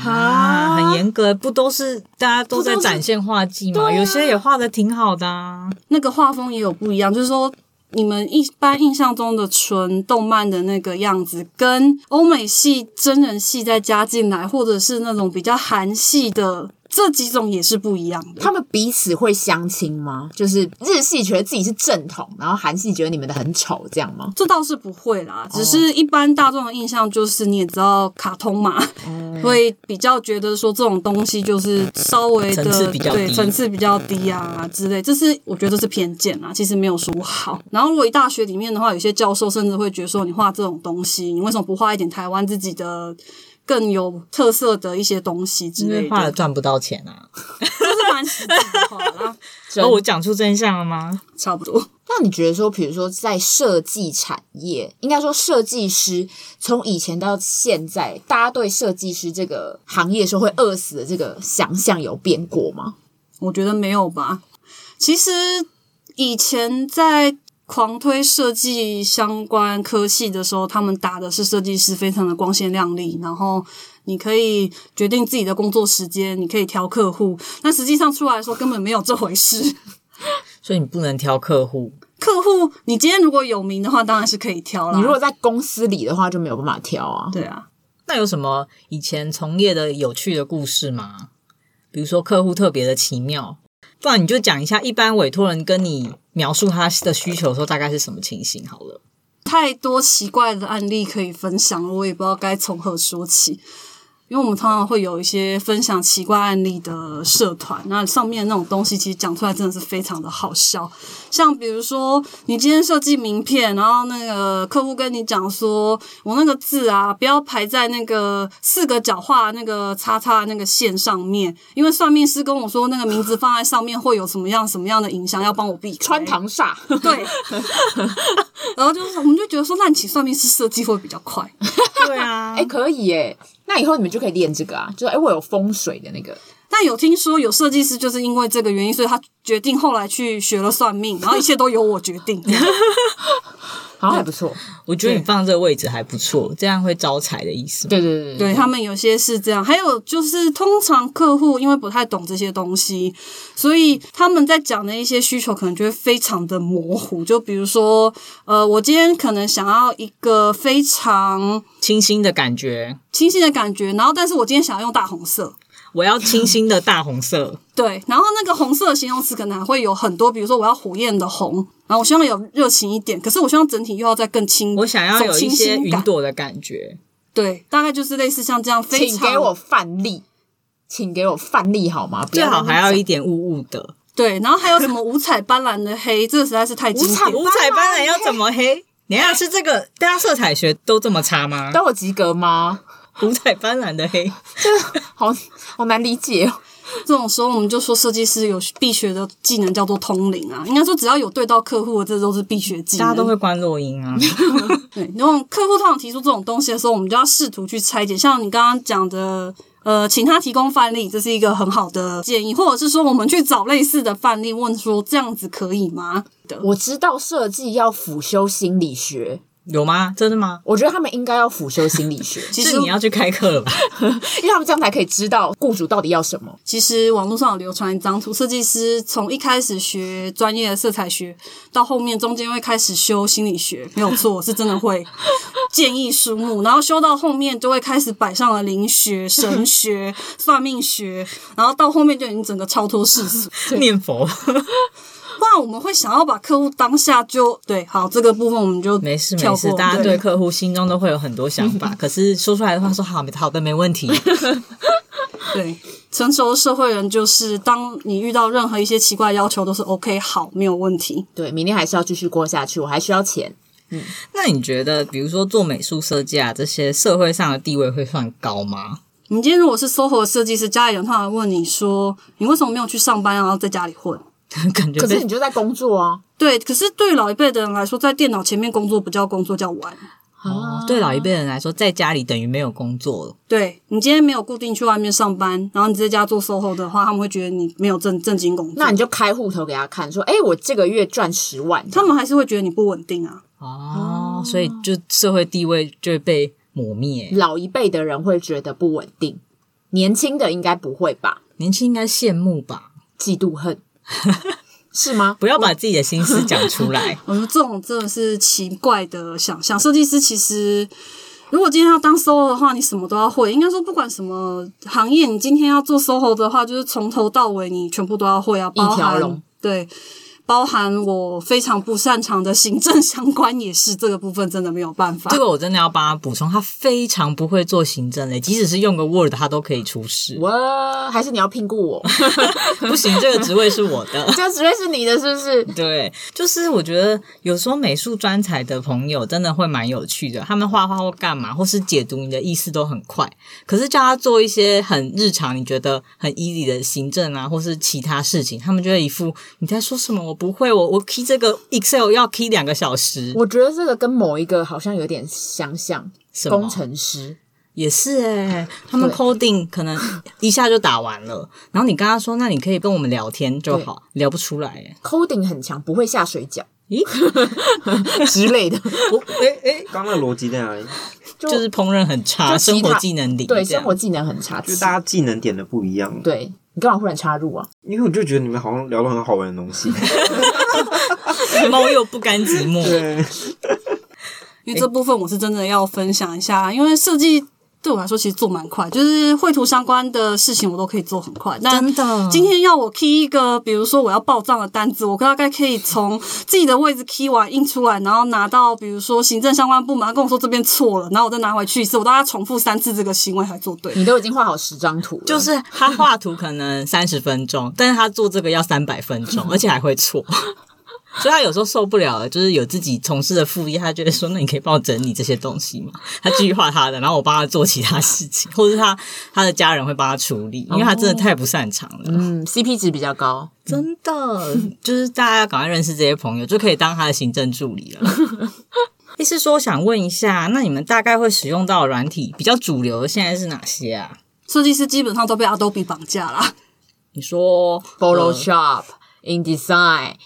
[SPEAKER 1] 啊，很严格，不都是啊大家都在展现画技吗？有些也画的挺好的啊。
[SPEAKER 3] 那个画风也有不一样，就是说你们一般印象中的纯动漫的那个样子，跟欧美系、真人系再加进来，或者是那种比较韩系的这几种也是不一样的。
[SPEAKER 2] 他们彼此会相亲吗？就是日系觉得自己是正统，然后韩系觉得你们的很丑，这样吗？
[SPEAKER 3] 这倒是不会啦，
[SPEAKER 1] 哦
[SPEAKER 3] 只是一般大众的印象就是你也知道卡通嘛，
[SPEAKER 1] 嗯
[SPEAKER 3] 会比较觉得说这种东西就是稍微的
[SPEAKER 1] 层次比较低嗯
[SPEAKER 3] 对层次比较低啊之类，这是我觉得这是偏见啊啦，其实没有说不好。然后如果以大学里面的话，有些教授甚至会觉得说你画这种东西，你为什么不画一点台湾自己的？更有特色的一些东西之
[SPEAKER 1] 因
[SPEAKER 3] 类
[SPEAKER 1] 为画了
[SPEAKER 3] 的，
[SPEAKER 1] 赚不到钱啊！
[SPEAKER 3] 这是蛮实际的话啦，
[SPEAKER 1] 哦，我讲出真相了吗？
[SPEAKER 3] 差不多。
[SPEAKER 2] 那你觉得说，比如说在设计产业，应该说设计师从以前到现在，大家对设计师这个行业说会饿死的这个想象有变过吗？
[SPEAKER 3] 我觉得没有吧。其实以前在狂推设计相关科系的时候，他们打的是设计师，非常的光鲜亮丽，然后。你可以决定自己的工作时间，你可以调客户，但实际上出来说根本没有这回事。
[SPEAKER 1] 所以你不能挑客户，
[SPEAKER 3] 客户，你今天如果有名的话，当然是可以挑啦。
[SPEAKER 2] 你如果在公司里的话，就没有办法挑啊。
[SPEAKER 3] 对啊，
[SPEAKER 1] 那有什么以前从业的有趣的故事吗？比如说客户特别的奇妙，不然你就讲一下，一般委托人跟你描述他的需求的时候，大概是什么情形好了。
[SPEAKER 3] 太多奇怪的案例可以分享了，我也不知道该从何说起。因为我们常常会有一些分享奇怪案例的社团，那上面那种东西其实讲出来真的是非常的好笑。像比如说，你今天设计名片，然后那个客户跟你讲说，我那个字啊，不要排在那个四个角画那个叉叉那个线上面，因为算命师跟我说那个名字放在上面会有什么样什么样的影响，要帮我避开。
[SPEAKER 2] 穿堂煞，
[SPEAKER 3] 对， 啊然后就是我们就觉得说，那你请算命师设计会比较快。
[SPEAKER 1] 对啊
[SPEAKER 2] 哎、可以耶、那以后你们就可以练这个啊，就是哎、我有风水的那个，
[SPEAKER 3] 但有听说有设计师就是因为这个原因，所以他决定后来去学了算命，然后一切都由我决定。
[SPEAKER 2] 好像还不错。
[SPEAKER 1] 我觉得你放这个位置还不错，这样会招财的意思吗。
[SPEAKER 2] 对对对
[SPEAKER 3] 对他们有些是这样，还有就是通常客户因为不太懂这些东西，所以他们在讲的一些需求可能就会非常的模糊。就比如说，呃，我今天可能想要一个非常
[SPEAKER 1] 清新的感觉，
[SPEAKER 3] 清新的感觉，然后但是我今天想要用大红色，
[SPEAKER 1] 我要清新的大红色，
[SPEAKER 3] 对，然后那个红色的形容词可能还会有很多，比如说我要火焰的红，然后我希望有热情一点，可是我希望整体又要再更 清，
[SPEAKER 1] 我想要有
[SPEAKER 3] 走
[SPEAKER 1] 一
[SPEAKER 3] 清
[SPEAKER 1] 些
[SPEAKER 3] 新
[SPEAKER 1] 云
[SPEAKER 3] 感，
[SPEAKER 1] 朵的感觉。
[SPEAKER 3] 对，大概就是类似像这样，非
[SPEAKER 2] 请
[SPEAKER 3] 常
[SPEAKER 2] 给我范例，请给我范例好吗？不
[SPEAKER 1] 最
[SPEAKER 2] 要
[SPEAKER 1] 好还
[SPEAKER 2] 在那
[SPEAKER 1] 要
[SPEAKER 2] 边
[SPEAKER 1] 一点雾雾的，
[SPEAKER 3] 对，然后还有什么五彩斑斓的黑，这个实在是太经典了。
[SPEAKER 1] 啊五彩斑斓要怎么黑？你看是这个，大家色彩学都这么差吗
[SPEAKER 2] 讲，？但我及格吗？
[SPEAKER 1] 五彩斑斓的黑，
[SPEAKER 2] 好好难理解哦。
[SPEAKER 3] 这种时候，我们就说设计师有必学的技能叫做通灵啊。应该说，只要有对到客户的，这都是必学技能。
[SPEAKER 1] 大家都会关落音啊。
[SPEAKER 3] 对，那种客户通常提出这种东西的时候，我们就要试图去拆解。像你刚刚讲的，呃，请他提供范例，这是一个很好的建议，或者是说我们去找类似的范例，问说这样子可以吗？的，
[SPEAKER 2] 我知道设计要辅修心理学，
[SPEAKER 1] 有吗？真的吗？
[SPEAKER 2] 我觉得他们应该要辅修心理 学，
[SPEAKER 3] 其
[SPEAKER 1] 是
[SPEAKER 3] 实
[SPEAKER 1] 你要去开课 了吧？
[SPEAKER 2] 因为他们这样才可以知道雇主到底要什么。
[SPEAKER 3] 其实网络上有流传一张图，设计师从一开始学专业的色彩学，到后面中间会开始修心理学，没有错，是真的会 建议书目，然后修到后面就会开始摆上了灵学、神学、算命学，然后到后面就已经整个超脱世俗。
[SPEAKER 1] 念 佛，
[SPEAKER 3] 不然我们会想要把客户当下就对，好这个部分我们就
[SPEAKER 1] 没事
[SPEAKER 3] 跳
[SPEAKER 1] 没
[SPEAKER 3] 过
[SPEAKER 1] 事，大家对
[SPEAKER 3] 对
[SPEAKER 1] 客户心中都会有很多想 法，可是说出来的话说好好的没问 题，
[SPEAKER 3] 对，成熟的社会人就是当你遇到任何一些奇怪要求都是 OK 好没有问题。
[SPEAKER 2] 对，明天还是要继续过下去，我还需要钱。
[SPEAKER 1] 那你觉得，比如说做美术设计啊，这些社会上的地位会算高吗？
[SPEAKER 3] 你今天如果是 SOHO 的设计师，家里人他来问你说你为什么没有去上班，然后在家里混？
[SPEAKER 1] 感觉
[SPEAKER 2] 可是
[SPEAKER 1] 被
[SPEAKER 2] 你就在工作啊，
[SPEAKER 3] 对，可是对老一辈的人来说，在电脑前面工作不叫工作，叫玩。
[SPEAKER 2] 啊
[SPEAKER 1] 哦，对老一辈人来说，在家里等于没有工作了。
[SPEAKER 3] 对你今天没有固定去外面上班，然后你在家做 SOHO 的话，他们会觉得你没有正正经工作，
[SPEAKER 2] 那你就开户头给他看，说：“哎、我这个月赚十万。”
[SPEAKER 3] 他们还是会觉得你不稳定啊。。
[SPEAKER 1] 哦，所以就社会地位就会被抹灭。
[SPEAKER 2] 老一辈的人会觉得不稳定，年轻的应该不会吧？
[SPEAKER 1] 年轻应该羡慕吧？
[SPEAKER 2] 嫉妒 恨是吗？
[SPEAKER 1] 不要把自己的心思讲出来
[SPEAKER 3] 我说这种真的是奇怪的想象。设计师其实，如果今天要当 SOHO 的话，你什么都要会。应该说，不管什么行业，你今天要做 SOHO 的话，就是从头到尾你全部都要会啊，包
[SPEAKER 2] 一条
[SPEAKER 3] 含
[SPEAKER 2] 龙
[SPEAKER 3] 对。包含我非常不擅长的行政相关也是这个部分，真的没有办法
[SPEAKER 1] 这。个我真的要帮他补充，他非常不会做行政类，即使是用个 Word，他都可以出事。
[SPEAKER 2] 我还是你要聘雇 我，
[SPEAKER 1] 不行，这个职位是我的。
[SPEAKER 2] 这职位是你的，是不是？
[SPEAKER 1] 对，就是我觉得有时候美术专才的朋友真的会蛮有趣的，他们画画或干嘛，或是解读你的意思都很快。可是叫他做一些很日常、你觉得很 easy 的行政啊，或是其他事情，他们就会一副你在说什么，我不会，我我 key 这个 Excel 要 key 两个小时，
[SPEAKER 2] 我觉得这个跟某一个好像有点相像，
[SPEAKER 1] 什么
[SPEAKER 2] 工程师
[SPEAKER 1] 也是哎、 他们
[SPEAKER 2] 对
[SPEAKER 1] coding 可能一下就打完了，然后你跟他说，那你可以跟我们聊天就
[SPEAKER 2] 对
[SPEAKER 1] 好，聊不出来哎、
[SPEAKER 2] coding 很强，不会下水饺
[SPEAKER 1] 咦，
[SPEAKER 2] 之类 的，
[SPEAKER 1] 我哎哎，
[SPEAKER 4] 刚刚的逻辑在哪里？
[SPEAKER 2] 就
[SPEAKER 1] 就是烹饪很差，
[SPEAKER 2] 就其
[SPEAKER 1] 生
[SPEAKER 2] 他
[SPEAKER 1] 活技能零，
[SPEAKER 2] 对
[SPEAKER 1] 这样
[SPEAKER 2] 生活技能很差，
[SPEAKER 4] 就是大家技能点的不一样。，
[SPEAKER 2] 对你干嘛忽然插入啊？
[SPEAKER 4] 因为我就觉得你们好像聊到很好玩的东西。
[SPEAKER 1] 猫又不甘寂寞，
[SPEAKER 4] 对，
[SPEAKER 3] 因为这部分我是真的要分享一下，因为设计对我来说其实做蛮快，就是绘图相关的事情我都可以做很快。但
[SPEAKER 1] 真的
[SPEAKER 3] 今天要我 key 一个，比如说我要报账的单子，我大概可以从自己的位置 key 完印出来，然后拿到比如说行政相关部门他跟我说这边错了，然后我再拿回去一次，我大概重复三次这个行为才做对。
[SPEAKER 1] 嗯
[SPEAKER 2] 你都已经画好十张图了，
[SPEAKER 1] 就是他画图可能三十分钟，但是他做这个要三百分钟，而且还会错。 所以他有时候受不了了，就是有自己从事的副业，他就会说：“那你可以帮我整理这些东西吗？”他继续画他的，然后我帮他做其他事情，或是他他的家人会帮他处理，因为他真的太不擅长了。
[SPEAKER 2] 嗯，CP 值比较高，
[SPEAKER 1] 真的，就是大家赶快认识这些朋友，就可以当他的行政助理了。 意思说，想问一下，那你们大概会使用到的软体比较主流的现在是哪些啊？
[SPEAKER 3] 设计师基本上都被 Adobe 绑架啦。
[SPEAKER 1] 你说
[SPEAKER 4] 呃
[SPEAKER 1] 呃
[SPEAKER 2] Photoshop、InDesign、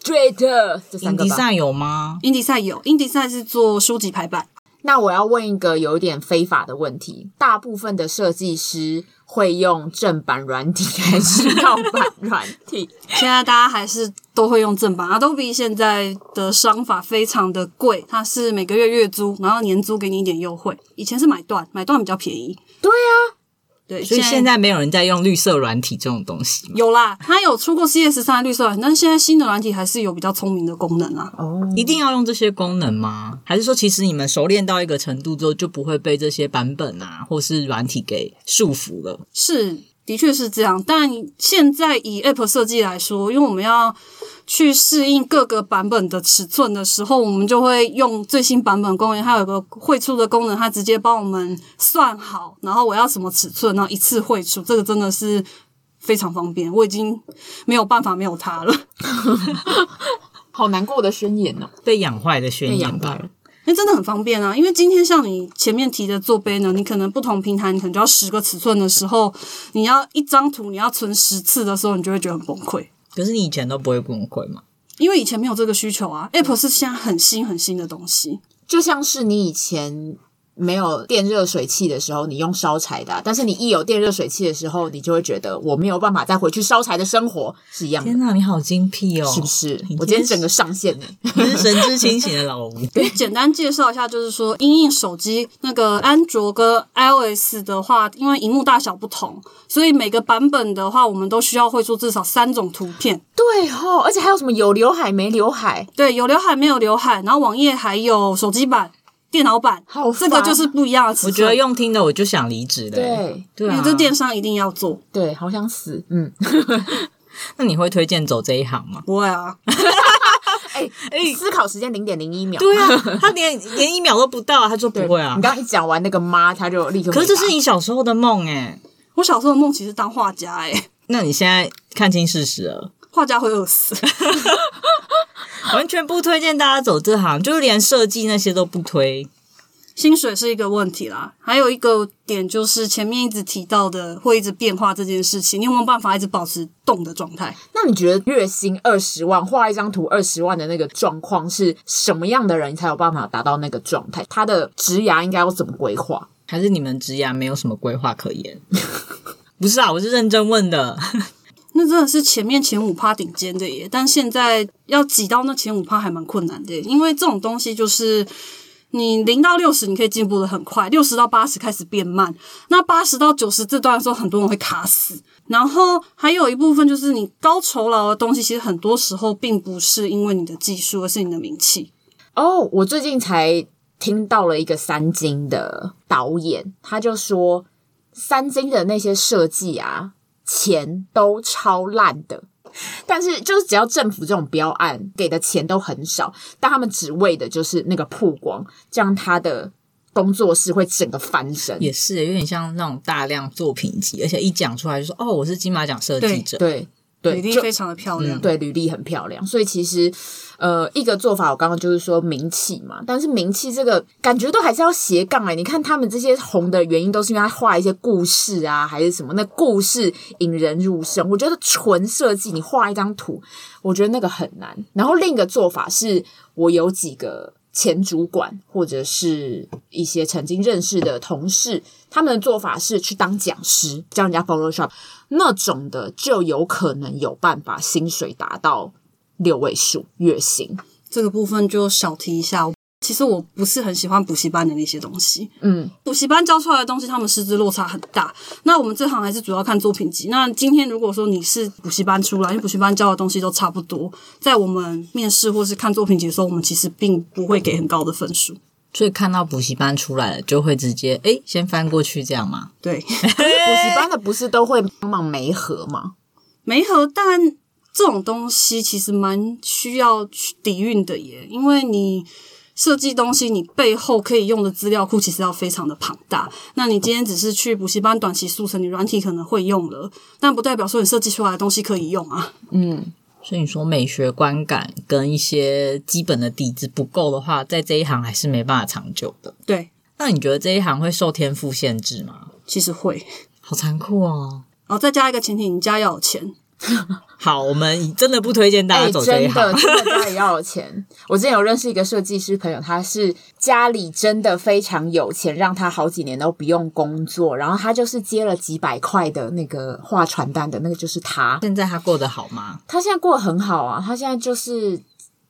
[SPEAKER 2] Illustrator 这三个
[SPEAKER 1] 迪
[SPEAKER 2] 吧。
[SPEAKER 1] 赛有吗？
[SPEAKER 3] 英迪赛有，英迪赛是做书籍排版，
[SPEAKER 2] 那我要问一个有点非法的问题：大部分的设计师会用正版软体还 是盗版软体？
[SPEAKER 3] 现在大家还是都会用正版。Adobe 现在的商法非常的贵，它是每个月月租，然后年租给你一点优惠。以前是买断，买断比较便宜。
[SPEAKER 2] 对啊，
[SPEAKER 3] 对，
[SPEAKER 1] 所以现
[SPEAKER 3] 在
[SPEAKER 1] 在没有人在用绿色软体这种东西吗，
[SPEAKER 3] 有啦，它有出过 CS 三绿色软体，但是现在新的软体还是有比较聪明的功能啊。
[SPEAKER 2] 哦、
[SPEAKER 1] 一定要用这些功能吗？还是说，其实你们熟练到一个程度之后，就不会被这些版本啊，或是软体给束缚了？
[SPEAKER 3] 是，的确是这样。但现在以 App 设计来说，因为我们要去适应各个版本的尺寸的时候，我们就会用最新版本功能，它有个绘出的功能，它直接帮我们算好，然后我要什么尺寸，然后一次绘出，这个真的是。非常方便，我已经没有办法没有它了。
[SPEAKER 2] 好难过的宣言哦，
[SPEAKER 1] 被养坏的宣
[SPEAKER 2] 被
[SPEAKER 1] 言
[SPEAKER 2] 养
[SPEAKER 1] 吧
[SPEAKER 2] 坏。了。
[SPEAKER 3] 那真的很方便啊，因为今天像你前面提的做杯呢，你可能不同平台你可能就要十个尺寸的时候，你要一张图你要存十次的时候，你就会觉得很崩溃。
[SPEAKER 1] 可是你以前都不会崩溃吗？
[SPEAKER 3] 因为以前没有这个需求啊，App
[SPEAKER 1] 嗯
[SPEAKER 3] 是现在很新很新的东西。
[SPEAKER 2] 就像是你以前没有电热水器的时候，你用烧柴的啊、但是你一有电热水器的时候，你就会觉得我没有办法再回去烧柴的生活是一样的
[SPEAKER 1] 天。哪、你好精辟哦！
[SPEAKER 2] 嗯是不是
[SPEAKER 1] 你？
[SPEAKER 2] 我今天整个上线呢。
[SPEAKER 1] 你是神志清醒的老吴？
[SPEAKER 2] 啊
[SPEAKER 3] 对，简单介绍一下，就是说，因应手机那个安卓跟 iOS 的话，因为荧幕大小不同，所以每个版本的话，我们都需要绘出至少三种图片。
[SPEAKER 2] 对哦，而且还有什么有刘海没刘海？
[SPEAKER 3] 对，有刘海没有刘海，然后网页还有手机版、电脑版，
[SPEAKER 2] 好
[SPEAKER 3] 这个
[SPEAKER 2] 烦
[SPEAKER 3] 就是不一样的尺
[SPEAKER 1] 我
[SPEAKER 3] 寸。
[SPEAKER 1] 觉得用听的我就想离职的、欸。
[SPEAKER 2] 对
[SPEAKER 1] 对
[SPEAKER 3] 因
[SPEAKER 1] 啊
[SPEAKER 3] 为，这电商一定要做。
[SPEAKER 2] 对，好想死。嗯，
[SPEAKER 1] 那你会推荐走这一行吗？
[SPEAKER 3] 不会啊，
[SPEAKER 2] 哎、思考时间零点零一秒。
[SPEAKER 1] 对啊，他连 连一秒都不到啊，他说不
[SPEAKER 2] 对
[SPEAKER 1] 会啊
[SPEAKER 2] 你。刚刚一讲完那个妈，他就立刻回答。
[SPEAKER 1] 可是这是你小时候的梦哎、
[SPEAKER 3] 我小时候的梦其实当画家、欸，诶，
[SPEAKER 1] 那你现在看清事实了，
[SPEAKER 3] 画家会饿死。
[SPEAKER 1] 完全不推荐大家走这行，就是连设计那些都不推。
[SPEAKER 3] 薪水是一个问题啦，还有一个点就是前面一直提到的会一直变化这件事情，你有没有办法一直保持动的状态？
[SPEAKER 2] 那你觉得月薪二十万画一张图二十万的那个状况是什么样的人才有办法达到那个状态？他的职涯应该要怎么规划？
[SPEAKER 1] 还是你们职涯没有什么规划可 言？不是啊，我是认真问的。
[SPEAKER 3] 那真的是前面前五趴顶尖的耶，但现在要挤到那前五趴还蛮困难的耶，因为这种东西就是。你零到六十，你可以进步的很快；六十到八十开始变慢。那八十到九十这段的时候，很多人会卡死。然后还有一部分就是你高酬劳的东西，其实很多时候并不是因为你的技术，而是你的名气。
[SPEAKER 2] 哦、我最近才听到了一个三金的导演，他就说三金的那些设计啊，钱都超烂的。但是，就是只要政府这种标案给的钱都很少，但他们只为的就是那个曝光，这样他的工作室会整个翻身。
[SPEAKER 1] 也是欸有点像那种大量作品集，而且一讲出来就说哦，我是金马奖设计者。
[SPEAKER 2] 对对，
[SPEAKER 3] 履历
[SPEAKER 2] 就
[SPEAKER 3] 非常的漂亮。
[SPEAKER 2] 对，履历很漂亮。所以其实，呃，一个做法我刚刚就是说名气嘛，但是名气这个感觉都还是要斜杠哎、你看他们这些红的原因，都是因为他画一些故事啊，还是什么？那故事引人入胜。我觉得纯设计，你画一张图，我觉得那个很难。然后另一个做法是，我有几个。前主管或者是一些曾经认识的同事，他们的做法是去当讲师，教人家 Photoshop，那种的就有可能有办法薪水达到六位数月薪。
[SPEAKER 3] 这个部分就小提一下。其实我不是很喜欢补习班的那些东西，
[SPEAKER 2] 嗯，
[SPEAKER 3] 补习班教出来的东西，他们师资落差很大。那我们这行还是主要看作品集。那今天如果说你是补习班出来，因为补习班教的东西都差不多，在我们面试或是看作品集的时候，我们其实并不会给很高的分数。
[SPEAKER 1] 所以看到补习班出来了，就会直接诶先翻过去这样吗？
[SPEAKER 3] 对，
[SPEAKER 2] 补习班的不是都会帮忙媒合吗？
[SPEAKER 3] 没核弹这种东西其实蛮需要去底蕴的耶，因为你设计东西，你背后可以用的资料库其实要非常的庞大。那你今天只是去补习班短期速成，你软体可能会用了，但不代表说你设计出来的东西可以用啊。
[SPEAKER 2] 嗯，
[SPEAKER 1] 所以你说美学观感跟一些基本的底子不够的话，在这一行还是没办法长久的。
[SPEAKER 3] 对，
[SPEAKER 1] 那你觉得这一行会受天赋限制吗？
[SPEAKER 3] 其实会。
[SPEAKER 1] 好残酷哦！
[SPEAKER 3] 然后再加一个前提，你家要有钱。
[SPEAKER 1] 好，我们真的不推荐大家
[SPEAKER 2] 哎，
[SPEAKER 1] 走这一
[SPEAKER 2] 真
[SPEAKER 1] 行。
[SPEAKER 2] 的，真的家里要有钱。我之前有认识一个设计师朋友，他是家里真的非常有钱，让他好几年都不用工作，然后他就是接了几百块的那个画传单的那个，就是他。
[SPEAKER 1] 现在他过得好吗？
[SPEAKER 2] 他现在过得很好啊，他现在就是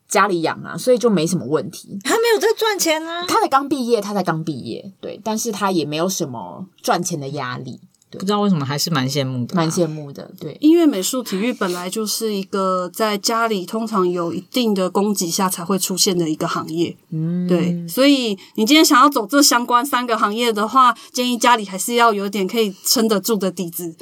[SPEAKER 2] 家里养啊，所以就没什么问题。
[SPEAKER 1] 他没有在赚钱啊，
[SPEAKER 2] 他才刚毕业，他才刚毕业，对，但是他也没有什么赚钱的压力，
[SPEAKER 1] 不知道为什么还是蛮羡慕的、
[SPEAKER 2] 蛮羡慕的，对。
[SPEAKER 3] 音乐、美术、体育本来就是一个在家里通常有一定的供给下才会出现的一个行业，嗯，对，所以你今天想要走这相关三个行业的话，建议家里还是要有点可以撑得住的底子，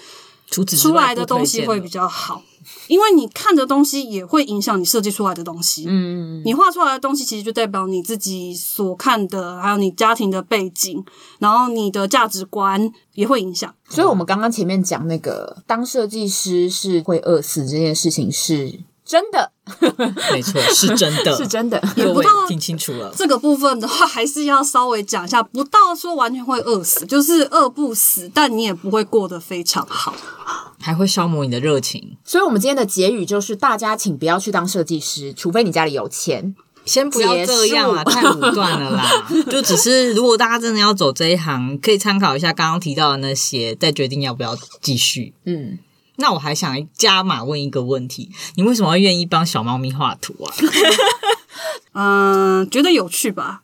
[SPEAKER 1] 除此之
[SPEAKER 3] 出
[SPEAKER 1] 外
[SPEAKER 3] 来的东西会比较好，因为你看的东西也会影响你设计出来的东西。嗯，你画出来的东西其实就代表你自己所看的，还有你家庭的背景，然后你的价值观也会影响。
[SPEAKER 2] 所以我们刚刚前面讲那个当设计师是会饿死这件事情是真的，
[SPEAKER 1] 没错， 是真的，
[SPEAKER 2] 是真的。
[SPEAKER 1] 各
[SPEAKER 3] 不
[SPEAKER 1] 位
[SPEAKER 3] 到
[SPEAKER 1] 听清楚了，
[SPEAKER 3] 这个部分的话，还是要稍微讲一下，不到说完全会饿死，就是饿不死，但你也不会过得非常好。
[SPEAKER 1] 还会消磨你的热情。
[SPEAKER 2] 所以我们今天的结语就是，大家请不要去当设计师，除非你家里有钱。
[SPEAKER 1] 先不要这样啦，
[SPEAKER 2] 结束
[SPEAKER 1] 太武断了啦。 就只是如果大家真的要走这一行，可以参考一下刚刚提到的那些，再决定要不要继续。
[SPEAKER 2] 嗯，
[SPEAKER 1] 那我还想加码问一个问题：你为什么会愿意帮小猫咪画图啊？
[SPEAKER 3] 嗯，觉得有趣吧。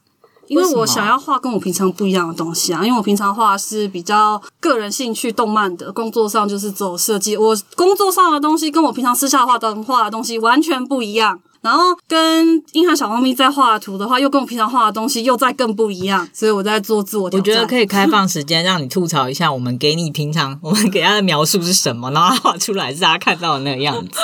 [SPEAKER 3] 因为
[SPEAKER 1] 为什么
[SPEAKER 3] 我想要画跟我平常不一样的东西啊，因为我平常画是比较个人兴趣、动漫的，工作上就是走设计。我工作上的东西跟我平常私下画的画的东西完全不一样，然后跟硬汉小猫咪在画的图的话，又跟我平常画的东西又再更不一样，所以我在做自我挑
[SPEAKER 1] 我
[SPEAKER 3] 战。
[SPEAKER 1] 觉得可以开放时间，让你吐槽一下我们给你平常我们给他的描述是什么，然后他画出来是他看到的那个样 子。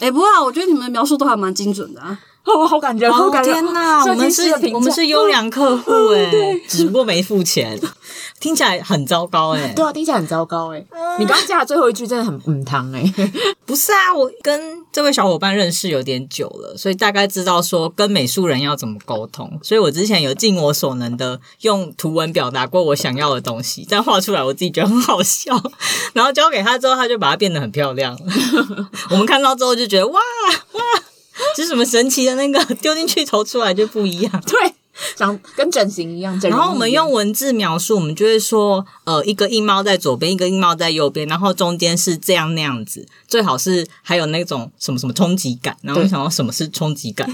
[SPEAKER 3] 哎、不过、啊、我觉得你们的描述都还蛮精准的、啊。
[SPEAKER 2] 我哦好感人，好感人！
[SPEAKER 1] 哦天哪，我
[SPEAKER 2] 设
[SPEAKER 1] 们
[SPEAKER 2] 计
[SPEAKER 1] 是
[SPEAKER 2] 师的评价
[SPEAKER 1] 我们是优良客户 哎、只不过没付钱，听起来很糟糕 哎、
[SPEAKER 2] 对啊，听起来很糟糕哎、
[SPEAKER 1] 啊
[SPEAKER 2] 你刚刚加的最后一句真的很嗯汤 哎、
[SPEAKER 1] 不是啊，我跟这位小伙伴认识有点久了，所以大概知道说跟美术人要怎么沟通。所以我之前有尽我所能的用图文表达过我想要的东西，但画出来我自己觉得很好笑。然后交给他之后，他就把它变得很漂亮 了。我们看到之后就觉得哇哇，这是什么神奇的那个丢进去投出来就不一样。
[SPEAKER 2] 对，像跟整形一样，整容
[SPEAKER 1] 然后我们
[SPEAKER 2] 一样
[SPEAKER 1] 用文字描述，我们就会说，呃，一个硬猫在左边，一个硬猫在右边，然后中间是这样那样子，最好是还有那种什么什么冲击感。然后我
[SPEAKER 2] 对
[SPEAKER 1] 想到什么是冲击感，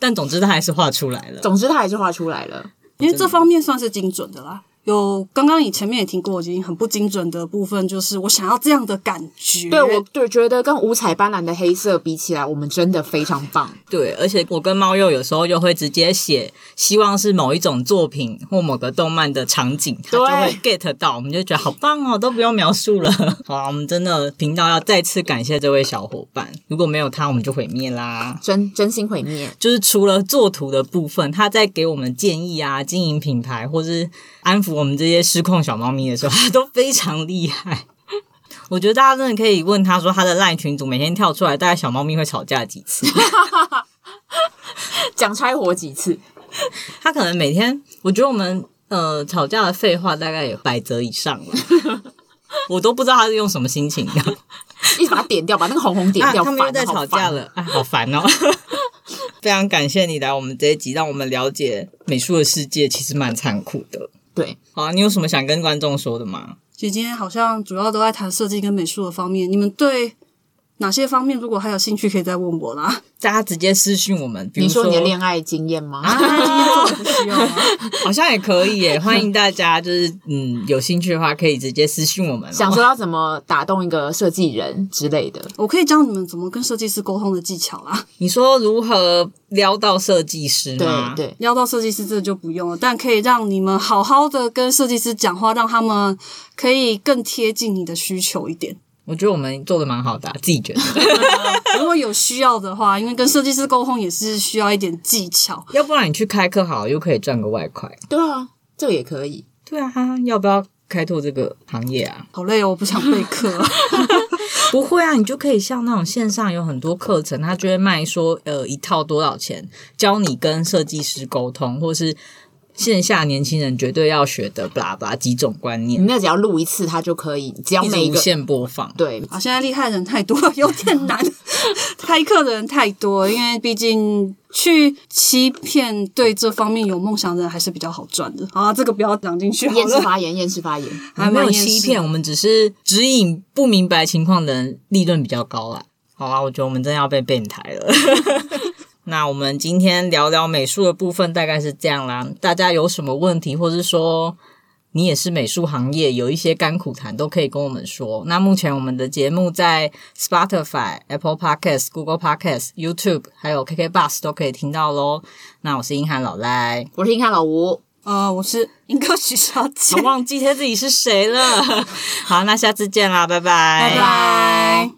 [SPEAKER 1] 但总之它还是画出来了。
[SPEAKER 2] 总之，他还是画出来了。
[SPEAKER 3] 因为这方面算是精准的啦。有刚刚你前面也听过，已经很不精准的部分，就是我想要这样的感觉。
[SPEAKER 2] 对我，对觉得跟五彩斑斓的黑色比起来，我们真的非常棒。
[SPEAKER 1] 对，而且我跟猫鼬有时候就会直接写，希望是某一种作品或某个动漫的场景，它就会 get 到，我们就觉得好棒哦，都不用描述了。 好啊，我们真的频道要再次感谢这位小伙伴，如果没有他，我们就毁灭啦。
[SPEAKER 2] 真真心毁灭，
[SPEAKER 1] 就是除了做图的部分，他在给我们建议啊、经营品牌或是安抚我们这些失控小猫咪的时候， 他都非常厉害。我觉得大家真的可以问他说，他的赖群组每天跳出来，大概小猫咪会吵架几次？
[SPEAKER 2] 讲拆火几次？
[SPEAKER 1] 他可能每天，我觉得我们呃吵架的废话大概有百则以上了， 我都不知道他是用什么心情的。
[SPEAKER 2] 一直把它点掉，把那个红 红点
[SPEAKER 1] 啊，
[SPEAKER 2] 掉。
[SPEAKER 1] 他们又
[SPEAKER 2] 烦
[SPEAKER 1] 在
[SPEAKER 2] 好
[SPEAKER 1] 吵
[SPEAKER 2] 烦
[SPEAKER 1] 架了，哎，好烦哦！ 非常感谢你来我们这一集，让我们了解美术的世界其实蛮残酷的。
[SPEAKER 2] 对，
[SPEAKER 1] 好、啊，你有什么想跟观众说的吗？
[SPEAKER 3] 其实今天好像主要都在谈设计跟美术的方面。你们对哪些方面如果还有兴趣，可以再问我 啦。
[SPEAKER 1] 大家直接私讯我们，比
[SPEAKER 2] 你
[SPEAKER 1] 如
[SPEAKER 2] 说啊你的
[SPEAKER 1] 说
[SPEAKER 2] 恋爱经验吗？
[SPEAKER 3] 不需要啊。
[SPEAKER 1] 好像也可以耶， 欢迎大家就是嗯有兴趣的话，可以直接私讯我们、哦。
[SPEAKER 2] 想说要怎么打动一个设计人之类的，
[SPEAKER 3] 我可以教你们怎么跟设计师沟通的技巧啦。
[SPEAKER 1] 你说如何撩到设计师
[SPEAKER 2] 对
[SPEAKER 1] 吗？
[SPEAKER 2] 对，
[SPEAKER 3] 要到设计师这就不用了，但可以让你们好好的跟设计师讲话，让他们可以更贴近你的需求一点。
[SPEAKER 1] 我觉得我们做的蛮好的啊、自己觉 得。
[SPEAKER 3] 如果有需要的话，因为跟设计师沟通也是需要一点技巧。
[SPEAKER 1] 要不然你去开课好了，又可以赚个外快。
[SPEAKER 2] 对啊，这个也可以。
[SPEAKER 1] 对啊，要不要开拓这个行业啊？
[SPEAKER 3] 好累哦，我不想备 课。
[SPEAKER 1] 不会啊，你就可以像那种线上有很多课程，他就会卖说，呃，一套多少钱，教你跟设计师沟通，或是线下年轻人绝对要学的，巴拉巴拉几种观
[SPEAKER 2] 你
[SPEAKER 1] 念，
[SPEAKER 2] 那只要录一次，它就可以，只要
[SPEAKER 1] 一
[SPEAKER 2] 嗯
[SPEAKER 1] 直
[SPEAKER 2] 每一
[SPEAKER 1] 无
[SPEAKER 2] 个
[SPEAKER 1] 限播放。
[SPEAKER 2] 对
[SPEAKER 3] 啊，现在厉害的人太多了，有点难。 开课的人太多，因为毕竟去欺骗对这方面有梦想的人还是比较好赚 的。啊，这个不要讲进去好
[SPEAKER 2] 厌世
[SPEAKER 3] 了。
[SPEAKER 2] 发言，厌世发言。
[SPEAKER 1] 还
[SPEAKER 3] 还
[SPEAKER 1] 没
[SPEAKER 3] 蛮
[SPEAKER 1] 有
[SPEAKER 3] 厌世
[SPEAKER 1] 欺骗，我们只是指引不明白情况的人利润比较高啦。好啊啦，我觉得我们真的要被变态了。 那我们今天聊聊美术的部分大概是这样啦。大家有什么问题，或是说你也是美术行业有一些甘苦谈，都可以跟我们说。那目前我们的节目在 Spotify、Apple Podcasts、Google Podcasts、YouTube 还有 KK Bus 都可以听到喽。那我是英涵老赖，
[SPEAKER 2] 我是英看老吴，
[SPEAKER 3] 呃，我是英歌许小姐
[SPEAKER 1] 我，忘记他自己是谁了。好，那下次见啦，拜拜
[SPEAKER 3] 拜拜。